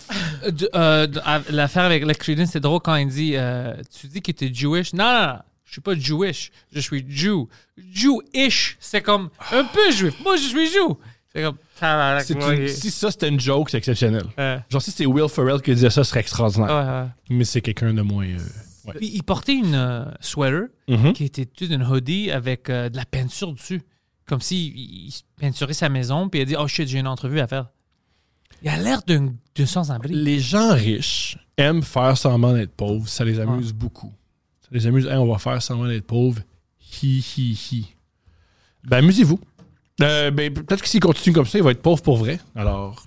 Euh, du- euh, de- à- L'affaire avec Lex Creedence, c'est drôle quand il dit euh, Tu dis que t'es Jewish. Non, non, non, je suis pas Jewish. Je suis Jew. Jewish. C'est comme un peu juif. Moi, je suis Jew. C'est comme. tabarnak, C'est moi, une- il- si ça c'était une joke, c'est exceptionnel. Euh, Genre, si c'était Will Ferrell qui disait ça, ce serait extraordinaire. ouais, ouais. Mais c'est quelqu'un de moins. euh, ouais. Puis il portait une euh, sweater Mhm. qui était toute une hoodie avec euh, de la peinture dessus. Comme s'il il il peinturait sa maison. Puis il a dit Oh shit, j'ai une entrevue à faire. Il a l'air d'un d'un sans-abri. Les gens riches aiment faire semblant d'être pauvres. Ça les amuse Ah. beaucoup. Ça les amuse. Hey, on va faire semblant d'être pauvres. Hi, hi, hi. Ben, amusez-vous. Euh, ben, peut-être que s'il continue comme ça, il va être pauvre pour vrai. Alors,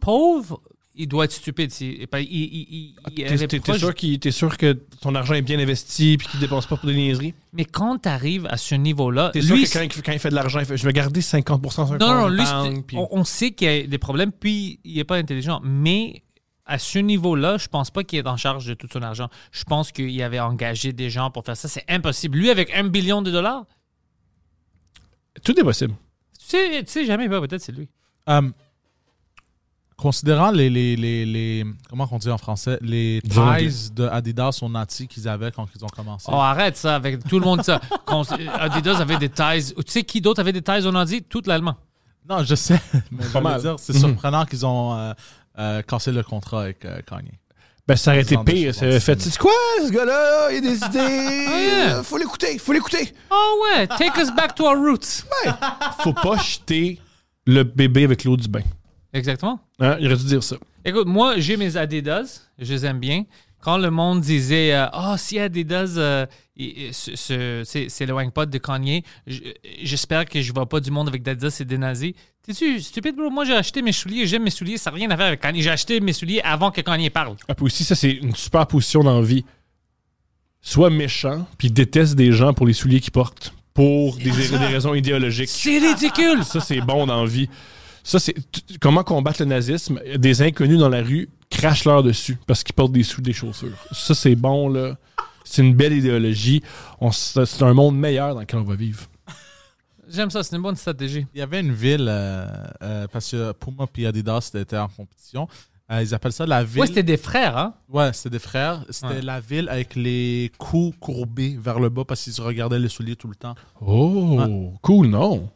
Pauvre, il doit être stupide. si- il- il- il- il- il Ah, t'es, avait t'es- t'es proche- sûr qu'il- t'es sûr que ton argent est bien investi puis qu'il dépense pas pour des niaiseries? Mais quand tu arrives à ce niveau-là, T'es sûr lui, que quand, il- quand il fait de l'argent, il fait, je vais garder 50% sur un non, non, compte lui, banque, c'est- puis- on, on sait qu'il y a des problèmes, puis il n'est pas intelligent. Mais à ce niveau-là, je pense pas qu'il est en charge de tout son argent. Je pense qu'il avait engagé des gens pour faire ça. C'est impossible. Lui, avec un billion de dollars, Tout est possible. tu sais, tu sais jamais, bah, peut-être c'est lui. Euh, considérant les, les, les, les- Comment on dit en français Les J'en ai ties de Adidas aux Nati qu'ils avaient quand ils ont commencé. Oh, arrête ça, avec tout le monde ça. Qu'on- euh, Adidas avait des ties. Tu sais qui d'autre avait des ties, on a dit? Tout l'allemand. Non, je sais. Mais Pas j'allais mal. dire, c'est Mhm. surprenant qu'ils ont euh, euh, cassé le contrat avec euh, Kanye. Ben, ça aurait été Genre de pire. choses Ça aurait fait, antisémites. c'est quoi, ce gars-là? Il a des idées. Ah, Euh, Faut l'écouter, faut l'écouter. Oh ouais, take us back to our roots. Faut pas jeter le bébé avec l'eau du bain. Exactement. Hein, Il aurait dû dire ça. Écoute, moi, j'ai mes Adidas. Je les aime bien. Quand le monde disait Ah, oh, si Adidas euh, il- il- se- se- s'é- s'éloigne pas de Kanye, j- j'espère que je ne vois pas du monde avec d'Adidas et des nazis. T'es-tu stupide, bro? Moi, j'ai acheté mes souliers. J'aime mes souliers. Ça n'a rien à faire avec Kanye. J'ai acheté mes souliers avant que Kanye parle. Ah, puis aussi, ça, c'est une super position dans la vie. Sois méchant, puis déteste des gens pour les souliers qu'ils portent, pour des, des raisons idéologiques. C'est ridicule! Ça, c'est bon dans la vie. Ça, c'est t- comment combattre le nazisme. Des inconnus dans la rue crachent leur dessus parce qu'ils portent des sous des chaussures. Ça, c'est bon, là. C'est une belle idéologie. On s- C'est un monde meilleur dans lequel on va vivre. J'aime ça. C'est une bonne stratégie. Il y avait une ville, euh, euh, parce que Puma et Adidas étaient en compétition. Euh, ils appellent ça la ville. Ouais, c'était des frères, hein? Ouais, c'était des frères. C'était Ouais. la ville avec les coups courbés vers le bas parce qu'ils se regardaient les souliers tout le temps. Oh, cool, non?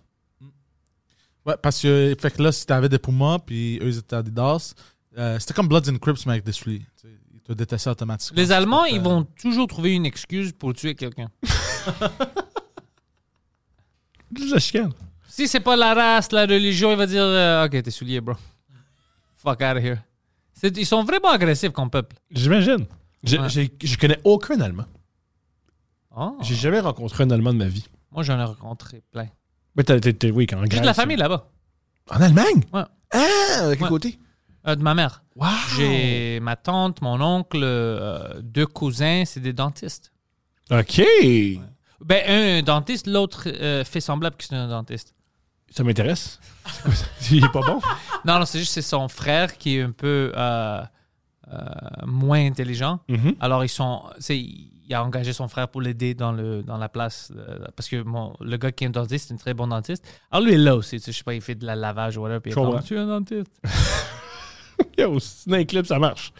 Ouais, parce que, fait que là, si t'avais des Puma puis eux ils étaient Adidas, euh, c'était comme Bloods and Crips, mais avec des souliers. Tu sais, Ils te détestaient automatiquement. Les Allemands, ils Euh, vont toujours trouver une excuse pour tuer quelqu'un. La chicane. Si c'est pas la race, la religion, il va dire euh, Ok, t'es soulier, bro. Fuck out of here. C'est- Ils sont vraiment agressifs comme peuple. J'imagine. Je, Ouais. j'ai- je connais aucun Allemand. Ah. J'ai jamais rencontré un Allemand de ma vie. Moi, j'en ai rencontré plein. Mais t'as, t'as- t'as- oui, quand J'ai de la famille là-bas. En Allemagne? Ouais. Ah, de quel Ouais. côté? Euh, de ma mère. Wow! J'ai ma tante, mon oncle, euh, deux cousins, c'est des dentistes. OK! Ben, un est dentiste, l'autre euh, fait semblable que c'est un dentiste. Ça m'intéresse. C'est quoi ça? Il est pas bon? Non, non, c'est juste c'est son frère qui est un peu euh, euh, moins intelligent. Mhm. Alors, ils sont. c'est- Il a engagé son frère pour l'aider dans, le, dans la place. euh, parce que mon, le gars qui est un dentiste, c'est un très bon dentiste. Alors, lui, il est là aussi. tu sais, Je sais pas, il fait de la lavage ou whatever. Puis il est Je comprends. comme, tu es un dentiste. Yo, Snake Club, ça marche.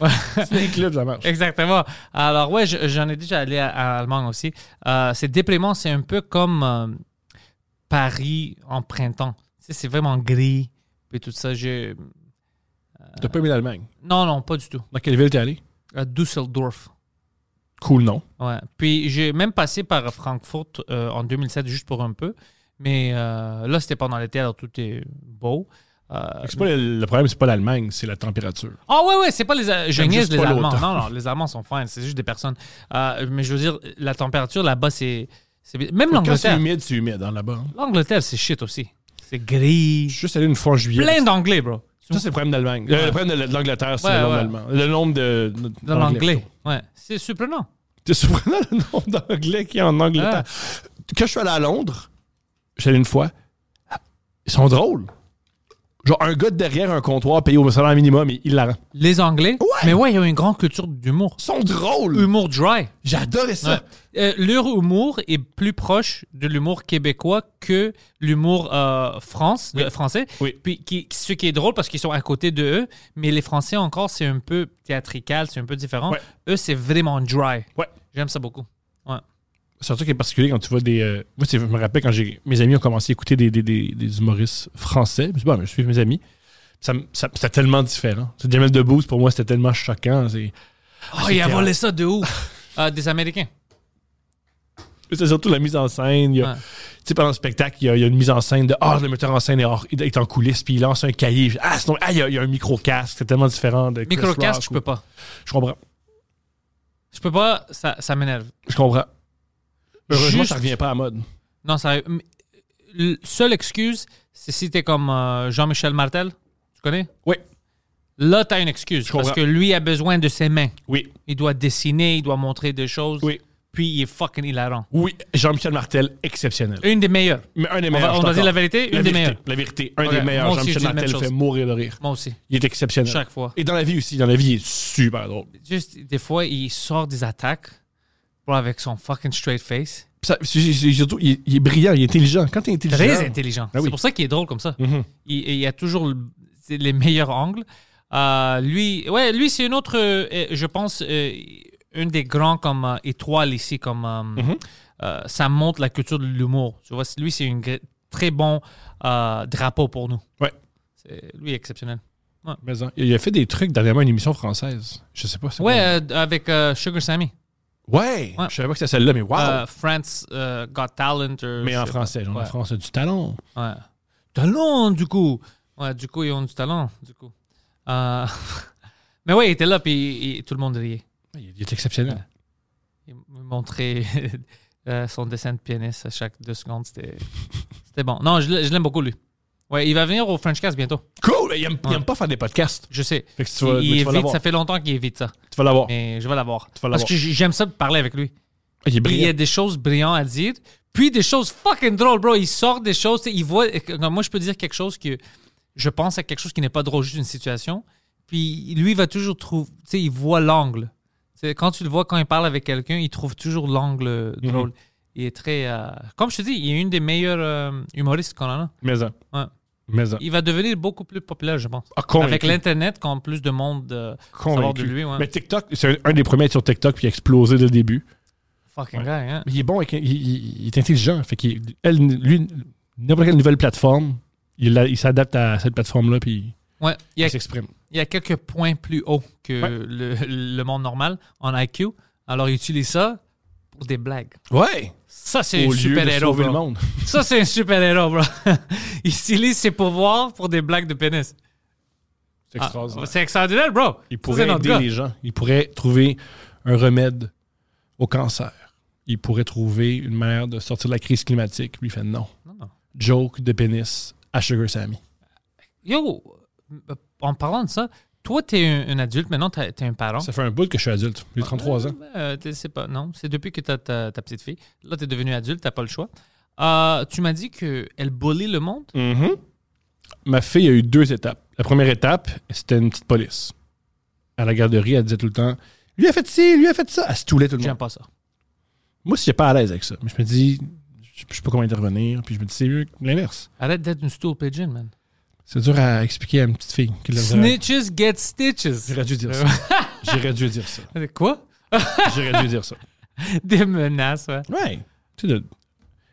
Snake Club, ça marche. Exactement. Alors, ouais, je- j'en ai déjà allé à, à Allemagne aussi. Euh, c'est déprimant. C'est un peu comme euh, Paris en printemps. Tu sais, c'est vraiment gris. Puis tout ça, je... T'as pas aimé l'Allemagne? Non, non, pas du tout. Dans quelle ville t'es allé? À Düsseldorf. Cool, non? Ouais. Puis j'ai même passé par Francfort euh, en 2007 juste pour un peu. Mais euh, là, c'était pendant l'été, alors tout est beau. Euh, C'est pas le, le problème, c'est pas l'Allemagne, c'est la température. Ah ouais, ouais, c'est pas les... euh, Je J'aime niaise juste les pas Allemands. l'automne. Non, non, les Allemands sont fans. C'est juste des personnes. Euh, mais je veux dire, la température là-bas, c'est... c'est- Même Quand c'est l'Angleterre. humide, c'est humide hein, là-bas. hein. L'Angleterre, c'est shit aussi. C'est Je gris. suis juste allé une fois en juillet. Plein d'anglais, bro. Ça, c'est le problème d'Allemagne. Le, le problème de, de l'Angleterre, c'est Ouais, le nombre ouais. d'Allemands. Le nombre de. Dans l'anglais. Ouais. C'est surprenant. T'es surprenant le nombre d'anglais qu'il y a en Angleterre. Ah. Quand je suis allé à Londres, j'allais une fois, ils sont drôles. Genre, un gars de derrière un comptoir payé au salaire minimum, il la rend. Les Anglais. Ouais. Mais ouais, il y a une grande culture d'humour. Ils sont drôles. Humour dry. J'adorais ça. Euh, leur humour est plus proche de l'humour québécois que l'humour euh, France, de- français. Oui. Puis, qui- ce qui est drôle parce qu'ils sont à côté de eux, mais les Français encore, c'est un peu théâtrical, c'est un peu différent. Ouais. Eux, c'est vraiment dry. Ouais. J'aime ça beaucoup. C'est un truc qui est particulier quand tu vois des. euh, moi, c'est- je me rappelle quand j'ai, mes amis ont commencé à écouter des, des- des- des humoristes français. Je me suis dit, bon, je suis mes amis. Ça, me- ça- c'était tellement différent. C'est Jamel Debbouze, pour moi, c'était tellement choquant. Ah, C'est, Oh, il a c'était- volé ça de où Euh, Des Américains. c'est surtout la mise en scène. il y a- Ouais. Tu sais, pendant le spectacle, il y, a, il y a une mise en scène de Ah, le metteur en scène est, hors- est en coulisses, puis il lance un cahier. Puis, Ah, sinon, ah, il y a, il y a un micro-casque. C'est tellement différent de. Chris Microcast, Rock je ou- peux pas. Je comprends. Je peux pas, ça, ça m'énerve. Je comprends. Heureusement, Juste- ça revient pas à la mode. Non, ça. mais, euh, Seule excuse, c'est si t'es comme euh, Jean-Michel Martel. Tu connais? Oui. Là, t'as une excuse. Je Parce comprends. que lui a besoin de ses mains. Oui. Il doit dessiner, il doit montrer des choses. Oui. Puis il est fucking hilarant. Oui. Jean-Michel Martel, exceptionnel. Une des meilleures. Mais un des On meilleurs. va, on je va suis dire la d'accord. vérité, une La des vérité, meilleurs. la vérité, un Ok, des meilleurs. moi aussi, Jean-Michel je dis la même Martel chose. fait mourir de rire. Moi aussi, Il est exceptionnel. chaque fois. Et dans la vie aussi, dans la vie, il est super drôle. Juste, des fois, il sort des attaques bro, avec son fucking straight face. Ça- c'est- c'est- surtout, il est, il est brillant, il est intelligent. Quand t'es intelligent, Très intelligent. Ah oui. C'est pour ça qu'il est drôle comme ça. Mhm. il, il a toujours le- c'est les meilleurs angles. Euh, lui, ouais, lui c'est une autre, euh, euh, je pense, euh, une des grands comme euh, étoiles ici, comme euh, Mhm. euh, ça montre la culture de l'humour. Tu vois, c'est- lui c'est un très bon euh, drapeau pour nous. Ouais. C'est- Lui est exceptionnel. Mais, hein, il a fait des trucs dernièrement, une émission française. Je sais pas. c'est Ouais, quoi. euh, avec euh, Sugar Sammy, ouais. ouais. Je savais pas que c'était celle-là, mais waouh. Euh, France euh, Got Talent. euh, mais je en sais français, genre, Ouais. en France, a du talent. pas. Ouais. talent, du coup. Ouais, du coup, ils ont du talent, du coup. Euh, Mais ouais, il était là, puis il- tout le monde riait. Il il est exceptionnel. Il me montrait euh, son dessin de pianiste à chaque deux secondes. C'était c'était bon. Non, je l'ai- je l'aime beaucoup, lui. Ouais, il va venir au French Cast bientôt. Cool! Il aime, il aime Ouais. pas faire des podcasts. Je sais. Fait que tu vas, il mais tu vas évite, l'avoir. ça fait longtemps qu'il évite ça. Tu vas l'avoir. Mais je vais l'avoir. vas Parce l'avoir. que j- j'aime ça de parler avec lui. Il est Puis il y brillant. a des choses brillantes à dire, puis des choses fucking drôles, bro. Il sort des choses, tu sais, il voit. comme Moi, je peux dire quelque chose que je pense à quelque chose qui n'est pas drôle, juste une situation. Puis lui, il va toujours trouver. Tu sais, il voit l'angle. Tu sais, quand tu le vois, quand il parle avec quelqu'un, il trouve toujours l'angle Mhm. drôle. Il est très. euh, comme je te dis, il est une des meilleures euh, humoristes qu'on en a. Mais ça. Ouais. Mais ça. Il va devenir beaucoup plus populaire, je pense. Ah, convaincu. Avec l'Internet, quand plus de monde euh, savoir de Convaincu. lui. Ouais. Mais TikTok, c'est un, un des premiers à être sur TikTok puis a explosé dès le début. Fucking Ouais. guy, hein? Mais il est bon, avec, il, il- il est intelligent. Fait qu'il, elle, lui, n'importe quelle nouvelle plateforme, il, la- il s'adapte à cette plateforme-là puis Ouais. Il y a il s'exprime. il y a quelques points plus hauts que Ouais. le, le monde normal en IQ. Alors, il utilise ça pour des blagues. Ouais! Ça, c'est Au lieu un de super-héros, sauver le bro. monde. Ça, c'est un super-héros, bro. il utilise ses pouvoirs pour des blagues de pénis. C'est Ah, extraordinaire. c'est extraordinaire, bro. il Ça, pourrait c'est notre aider gars. les gens. Il pourrait trouver un remède au cancer. Il pourrait trouver une manière de sortir de la crise climatique. Lui, il fait non. Non, non. Joke de pénis à Sugar Sammy. Yo, euh, en parlant de ça, toi, t'es un, un adulte, maintenant, t'es t'es un parent. Ça fait un bout que je suis adulte. J'ai 33 ans. Euh, t'es- c'est pas, non, c'est depuis que t'as ta, ta petite fille. Là, t'es devenu adulte, t'as pas le choix. Euh, tu m'as dit qu'elle bully le monde. Ma fille a eu deux étapes. La première étape, c'était une petite police. À la garderie, elle disait tout le temps Lui a fait ci, lui a fait ça. Elle se toulait tout le J'aime monde. pas ça. Moi, si j'ai pas à l'aise avec ça, mais je me dis Je je sais pas comment intervenir. Puis je me dis C'est mieux que l'inverse. Arrête d'être une stool pigeon, man. C'est dur à expliquer à une petite fille. qui l'a vraiment- Snitches get stitches. J'aurais dû dire ça. J'aurais dû dire ça. Quoi? J'aurais dû dire ça. Des menaces, ouais. Ouais. Tu sais, de-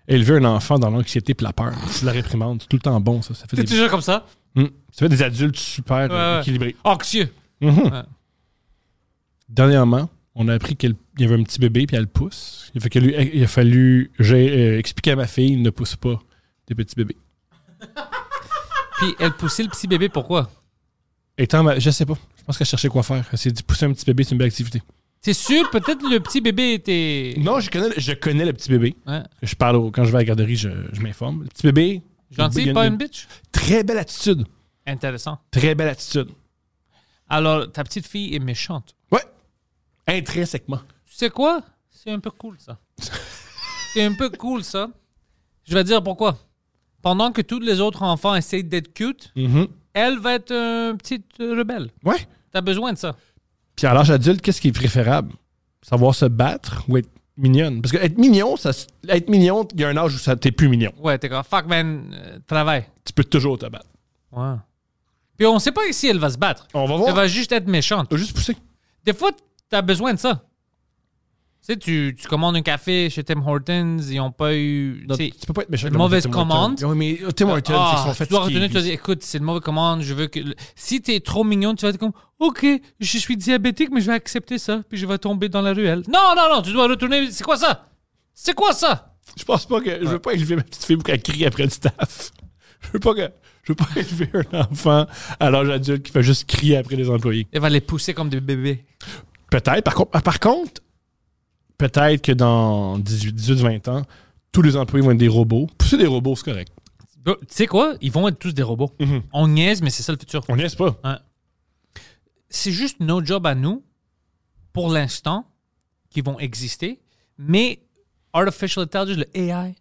élever un enfant dans l'anxiété et la peur, tu la réprimandes, c'est tout le temps bon, ça. Ça fait, T'es des, toujours comme ça? Hmm. ça fait des adultes super euh, Ouais, ouais. équilibrés. Anxieux. Mhm. Ouais. Dernièrement, on a appris qu'il y avait un petit bébé puis elle pousse. Il, fait que lui- il a fallu j'ai, euh, expliquer à ma fille ne pousse pas des petits bébés. Puis elle poussait le petit bébé, pourquoi? Étant ma- je sais pas. Je pense qu'elle cherchait quoi faire. Elle s'est dit pousser un petit bébé, c'est une belle activité. C'est sûr, peut-être le petit bébé était. hein? Non, je connais, le- je connais le petit bébé. Ouais. Je parle au- quand je vais à la garderie, je, je m'informe. Le petit bébé, il y Gentil, a pas une bitch? très belle attitude. Intéressant. Très belle attitude. Alors, ta petite fille est méchante. Ouais. Intrinsèquement. Tu sais quoi? C'est un peu cool, ça. C'est un peu cool, ça. Je vais dire pourquoi. Pendant que tous les autres enfants essayent d'être Mm. cute, Mhm. elle va être un petit euh, rebelle. Ouais. T'as besoin de ça. Puis à l'âge adulte, qu'est-ce qui est préférable? Savoir se battre ou être mignonne? Parce que être mignon, ça, se- être mignon, il y a un âge où ça t'es plus mignon. Ouais, t'es comme fuck, man, euh, travaille. Tu peux toujours te battre. Ouais. Puis on sait pas si elle va se battre. On va Elle voir. va juste être méchante. Juste pousser. Des fois, t'as besoin de ça. Tu sais, tu, tu commandes un café chez Tim Hortons, ils ont pas eu. tu sais, tu peux pas être méchant. une comme mauvaise Tim Hortons. commande. Oui, mais euh, Tim Hortons, ah, ils sont tu dois fatigués. retenir, tu vas dire, écoute, c'est une mauvaise commande, je veux que. le- Si t'es trop mignon, tu vas être comme, ok, je suis diabétique, mais je vais accepter ça, puis je vais tomber dans la ruelle. Non, non, non, tu dois retourner. C'est quoi ça? C'est quoi ça? Je pense pas que. Je veux pas élever ma petite fille pour qu'elle crie après le staff. Je veux pas que. Je veux pas élever un enfant à l'âge adulte qui fait juste crier après les employés. Elle va les pousser comme des bébés. Peut-être. Par contre, par contre peut-être que dans 18-20 ans, tous les employés vont être des robots. Pousser des robots, c'est correct. Bro, Tu sais quoi? Ils vont être tous des robots. On niaise, mais c'est ça le futur. Mhm. On niaise pas. c'est juste nos jobs à nous, pour l'instant, qui vont exister, mais artificial intelligence, le AI,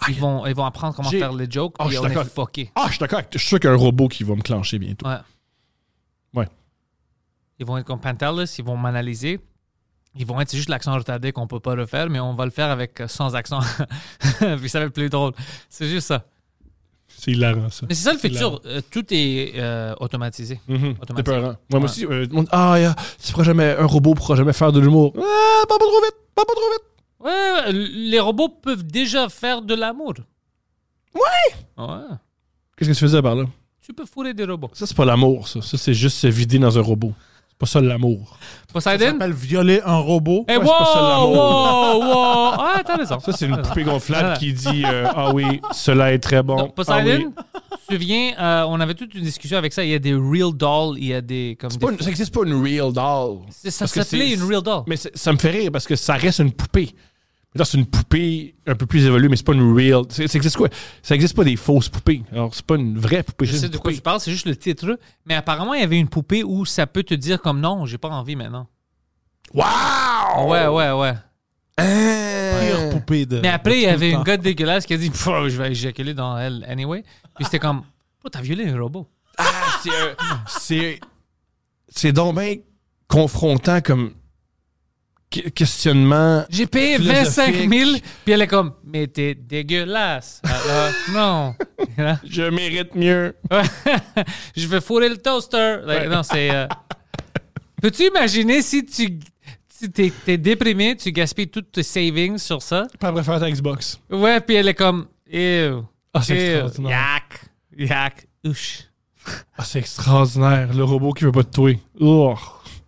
Ah, ils vont, ils vont apprendre comment J'ai- faire les jokes, Oh, puis je on suis est d'accord. fucké. Ah, je suis d'accord. avec- Je suis sûr qu'il y a un robot qui va me clencher bientôt. Ouais. Ouais. Ils vont être comme Pantelis, ils vont m'analyser. Ils vont être c'est juste l'accent retardé qu'on peut pas refaire, mais on va le faire avec euh, sans accent. Puis ça va être plus drôle. C'est juste ça. C'est hilarant, ça. Mais c'est ça le futur. Euh, tout est euh, automatisé. Mhm. C'est Automatique. peurant. Moi, Ouais. moi aussi, euh, tout le monde, ah, yeah, tu pourras jamais, un robot pourra jamais faire de l'humour. Ah, pas, pas trop vite, pas, pas trop vite. Ouais, ouais, les robots peuvent déjà faire de l'amour. Ouais. Ouais. Qu'est-ce que tu faisais par là? Tu peux fourrer des robots. Ça, c'est pas l'amour, ça. Ça, c'est juste se vider dans un robot. C'est pas ça l'amour. Ça Poseidon? s'appelle violer un robot. Hey, Ouais, wow, c'est pas ça, l'amour. wow, wow! Ah, t'as raison. Ça, c'est une T'as raison. poupée gonflable qui dit euh, Ah oui, cela est très bon. Ah Non, Poseidon, tu te souviens, euh, on avait toute une discussion avec ça. Il y a des real dolls, il y a des. Comme C'est pas des- une- ça n'existe pas une real doll. C'est- Ça Parce que s'appelait c'est- une real doll. Mais c'est- ça me fait rire parce que ça reste une poupée. Mais là, c'est une poupée un peu plus évoluée, mais c'est pas une real. c'est- Ça existe quoi Ça existe pas des fausses poupées. Alors, c'est pas une vraie poupée. Je c'est sais une de quoi poupée. tu parles, c'est juste le titre. Mais apparemment, il y avait une poupée où ça peut te dire comme non, j'ai pas envie maintenant. Wow Ouais, ouais, ouais. Pire poupée de. Mais Euh, après, il y de tout avait le une temps. gars dégueulasse qui a dit Pff, Je vais éjaculer dans elle anyway. Puis c'était comme Oh, t'as violé un robot. Ah, c'est un- c'est c'est donc bien confrontant comme que- questionnement. J'ai payé Philosophique. 25 000. Puis elle est comme Mais t'es dégueulasse. Alors, non. Je mérite mieux. je vais fourrer le toaster. Like, Non, c'est. euh, Peux-tu imaginer si tu. Si t'es t'es déprimé, tu gaspilles toutes tes savings sur ça. Pas préfère ta Xbox. Ouais, puis elle est comme. Ew. Ah, c'est ew, extraordinaire. Yak. Yak. Ouch. Ah, c'est extraordinaire, le robot qui veut pas te tuer. Oh.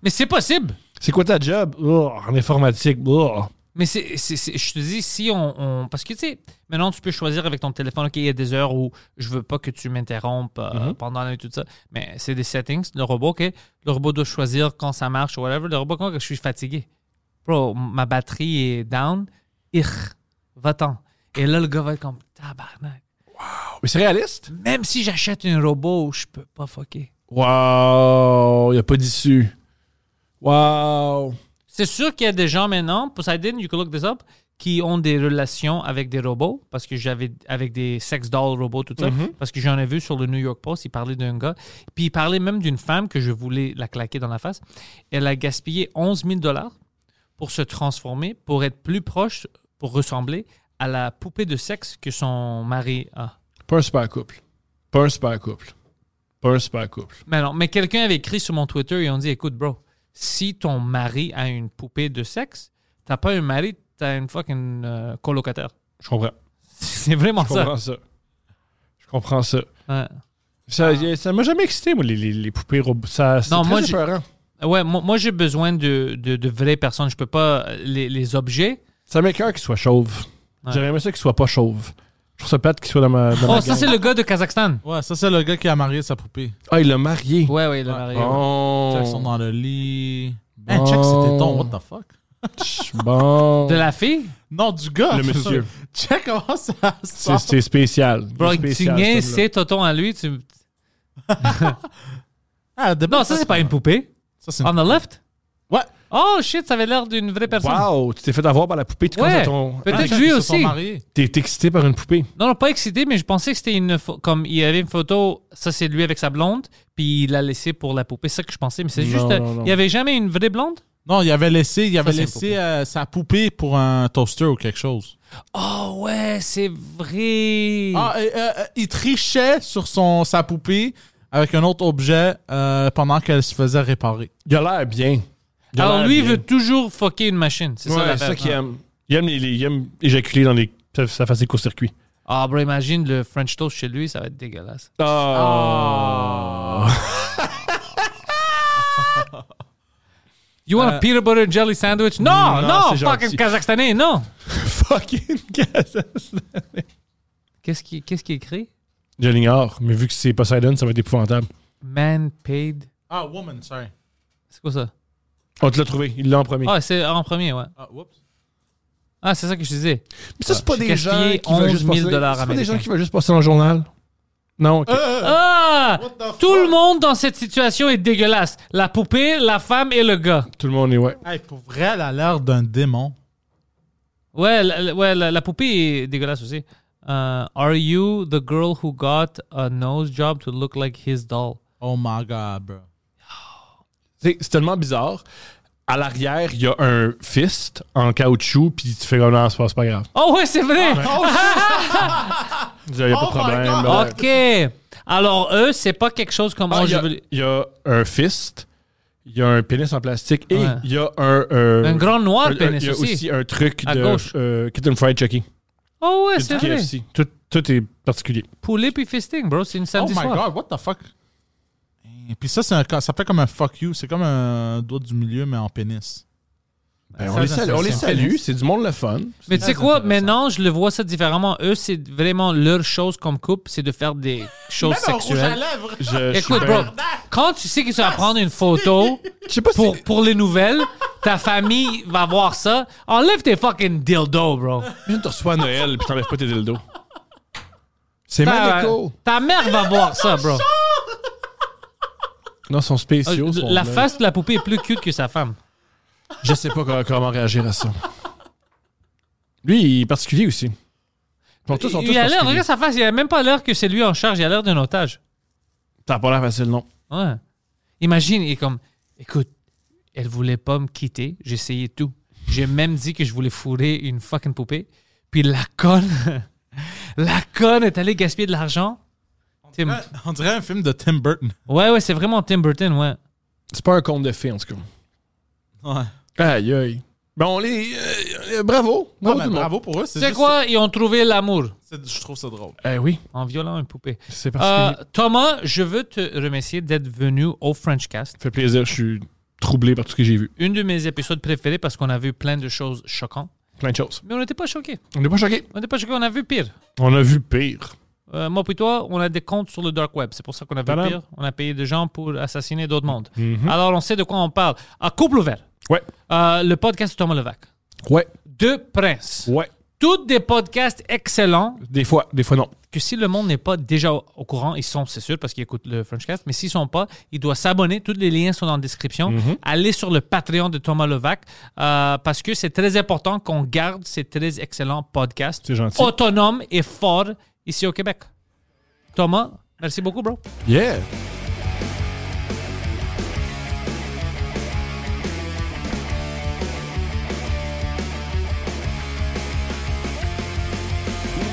Mais c'est possible. C'est quoi ta job? Oh, en informatique. Oh. Mais c'est, c'est- c'est- je te dis, si on, on- Parce que, tu sais, maintenant, tu peux choisir avec ton téléphone, OK, il y a des heures où je veux pas que tu m'interrompes euh, Mhm. pendant la nuit, tout ça. Mais c'est des settings. Le robot, OK, le robot doit choisir quand ça marche ou whatever. Le robot, quand je suis fatigué, bro, ma batterie est down, irr, va-t'en. Et là, le gars va être comme, tabarnak. Mais c'est réaliste? Même si j'achète un robot, je peux pas fucker. Wow, il a pas d'issue. Wow. C'est sûr qu'il y a des gens maintenant, Poseidon, you can look this up, qui ont des relations avec des robots, parce que j'avais avec des sex doll robots, tout ça, parce que j'en ai vu sur le New York Post, il parlait d'un gars, puis il parlait même d'une femme que je voulais la claquer dans la face. Elle a gaspillé 11 000 dollars pour se transformer, pour être plus proche, pour ressembler à la poupée de sexe que son mari a. Pas un super couple. Pas un super couple. Pas un super couple. Mais non, mais quelqu'un avait écrit sur mon Twitter et on dit écoute, bro, si ton mari a une poupée de sexe, t'as pas un mari, t'as une fucking euh, colocataire. Je comprends. C'est vraiment Je Ah, ça. comprends ça. Je comprends ça. Ouais, Ça ça m'a jamais excité, moi, les, les- les poupées robots. Ça, c'est Ah. Non, très moi, j'ai- épeurant. Ouais, moi, moi, j'ai besoin de, de, de vraies personnes. Je peux pas. euh, Les, les objets. Ça m'écoeure qu'ils soient chauves. Ouais. J'aurais aimé ça qu'ils soient pas chauves. Je trouve ça plate qu'ils soient dans ma. dans ma Oh, ça, gang. c'est le gars de Kazakhstan. Ouais, ça, c'est le gars qui a marié sa poupée. Ah, il l'a marié. Ouais, ouais, le mari. ouais. Bon. Oh. Ils sont dans le lit. Bon. Hey, check, c'était ton. What the fuck? Bon. De la fille Non, du gars. Le monsieur. Check comment ça C'est- sort. C'est spécial. Bro, C'est tu spécial, niaises, ce homme-là. c'est Toton à lui. Tu... Ah, de- Non, ça, c'est pas Ah, une poupée. Ça, c'est une- On the left Ouais. Oh shit, ça avait l'air d'une vraie personne. Wow, tu t'es fait avoir par la poupée. Tu Ouais. commences à ton- Peut-être Ah, que check, lui ils se aussi. sont mariés. T'es excité par une poupée. Non, non, pas excité, mais je pensais que c'était une. pho- Comme il y avait une photo, ça c'est lui avec sa blonde, puis il l'a laissé pour la poupée. C'est ça que je pensais, mais c'est Non, juste. non, non. Il y avait jamais une vraie blonde Non, il avait laissé, il avait c'est une laissé poupée. euh, sa poupée pour un toaster ou quelque chose. Oh ouais, c'est vrai. Ah, et, euh, euh, il trichait sur son, sa poupée avec un autre objet euh, pendant qu'elle se faisait réparer. Il a l'air bien. Il a Alors l'air lui, il bien. veut toujours fucker une machine. C'est Ouais, ça c'est ça l'affaire. hein. qu'il aime. Il aime, les- les- il aime éjaculer dans les. Ça, ça fasse des courts-circuits. Ah, bro, imagine le French toast chez lui, ça va être dégueulasse. Ah. Oh. You want a peanut butter and jelly sandwich? Non, Euh, Mm, Non, non, c'est fucking gentil. Kazakhstanais, non. Ah. Fucking casse. Qu'est-ce qui, qu'est-ce qui est écrit? Je l'ignore, mais vu que c'est Poseidon, ça va être épouvantable. Man paid. Ah, woman, sorry. C'est quoi ça? On te l'a trouvé, il l'a en premier. Ah, c'est en premier, ouais. Ah, whoops. Ah, c'est ça que je disais. mais ça, c'est pas j'ai des gens gaspillé qui veulent 11 juste 000 passer. C'est dollars pas des américains. gens qui veulent juste passer dans le journal. Non, ok. Ah! What the Tout fuck? le monde dans cette situation est dégueulasse. La poupée, la femme et le gars. Tout le monde est ouais. Hey, pour vrai, elle a l'air d'un démon. Ouais, la, la- ouais, la, la poupée est dégueulasse aussi. Euh, are you the girl who got a nose job to look like his doll? Oh my god, bro. C'est c'est tellement bizarre. À l'arrière, il y a un fist en caoutchouc, puis tu fais comme non, c'est pas, c'est pas grave. Oh ouais, c'est vrai! Il n'y a pas de problème. ben Ah, ouais. OK. Alors, eux, c'est pas quelque chose comme... Ah, oh, il y, je a- veux- il y a un fist, il y a un pénis en plastique et Ouais. il y a un. euh, Un grand noir un- un- pénis Il y a Ah, aussi. aussi, un truc À de gauche. euh, Kitten Fried Chucky. Oh ouais, C'est c'est du vrai. KFC. Tout, tout est particulier. Ah. Poulet puis fisting, bro. C'est une Oh samedi my soir. god, what the fuck? Puis ça, c'est un ca- ça fait comme un fuck you. C'est comme un doigt du milieu, mais en pénis. Ben, on, Ça, les ça, salue, ça, on les ça. salue, c'est du monde le fun. Mais tu sais très quoi, intéressant. maintenant, je le vois ça différemment. Eux, c'est vraiment leur chose comme couple, c'est de faire des choses sexuelles. lèvres! Je, je suis Écoute, bro, ben- quand tu sais que tu vas prendre une photo Je sais pas si. pour, pour les nouvelles, ta famille va voir ça, enlève tes fucking dildo, bro. Imagine, tu reçois à Noël puis t'enlèves pas tes dildos. Ben, C'est Ta, medical. ta mère va voir ça, bro. Non, ils sont spéciaux. Euh, sont La là. face de la poupée est plus cute que sa femme. Je sais pas co- comment réagir à ça. Lui, il est particulier aussi. Ils sont tous, sont tous il a l'air, particuliers. regarde sa face, il a même pas l'air que c'est lui en charge, il a l'air d'un otage. T'as pas l'air facile, non. Ouais. Imagine, il est comme, écoute, elle voulait pas me quitter, j'ai essayé tout. J'ai même dit que je voulais fourrer une fucking poupée. Puis la conne, la conne est allée gaspiller de l'argent. Tim- On dirait un film de Tim Burton. Ouais, ouais, c'est vraiment Tim Burton, ouais. C'est pas un conte de fées, en tout Ouais. cas. Aïe, aïe. Bon, les. euh, euh, bravo. Ah, Bravo, ben, tout le monde. bravo pour eux. Tu sais juste- quoi? Ils ont trouvé l'amour c'est- Je trouve ça drôle. Eh oui, en violant une poupée. c'est Euh, particulier. Thomas, je veux te remercier d'être venu au Frenchcast. Ça fait plaisir, je suis troublé par tout ce que j'ai vu. Une de mes épisodes préférés parce qu'on a vu plein de choses choquantes. Plein de choses. Mais on n'était pas choqués. On n'est pas choqués. On n'était pas choqués, on a vu pire. On a vu pire. Euh, moi puis toi, on a des comptes sur le dark web. C'est pour ça qu'on a Voilà. vu pire. On a payé des gens pour assassiner d'autres mondes. Mhm. Alors, on sait de quoi on parle. À couple ouvert. Ouais. Euh, le podcast de Thomas Levac. Ouais. Deux princes. Ouais. Toutes des podcasts excellents Des fois, des fois non. que si le monde n'est pas déjà au au courant, ils sont, c'est sûr, parce qu'ils écoutent le Frenchcast, mais s'ils sont pas, ils doivent s'abonner. Tous les liens sont dans la description. Mhm. Allez sur le Patreon de Thomas Levac, euh, parce que c'est très important qu'on garde ces très excellents podcasts C'est gentil. autonomes et forts ici au Québec. Thomas, merci beaucoup, bro. Yeah.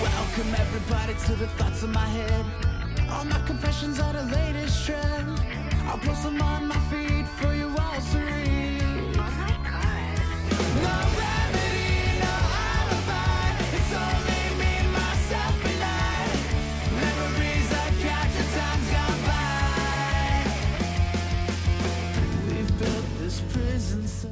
Welcome everybody to the thoughts of my head. All my confessions are the latest trend. I'll post them on my feed for you all to read. No remedy, no alibi. It's only me, myself, and I. Memories I capture, time's gone by. We've built this prison cell.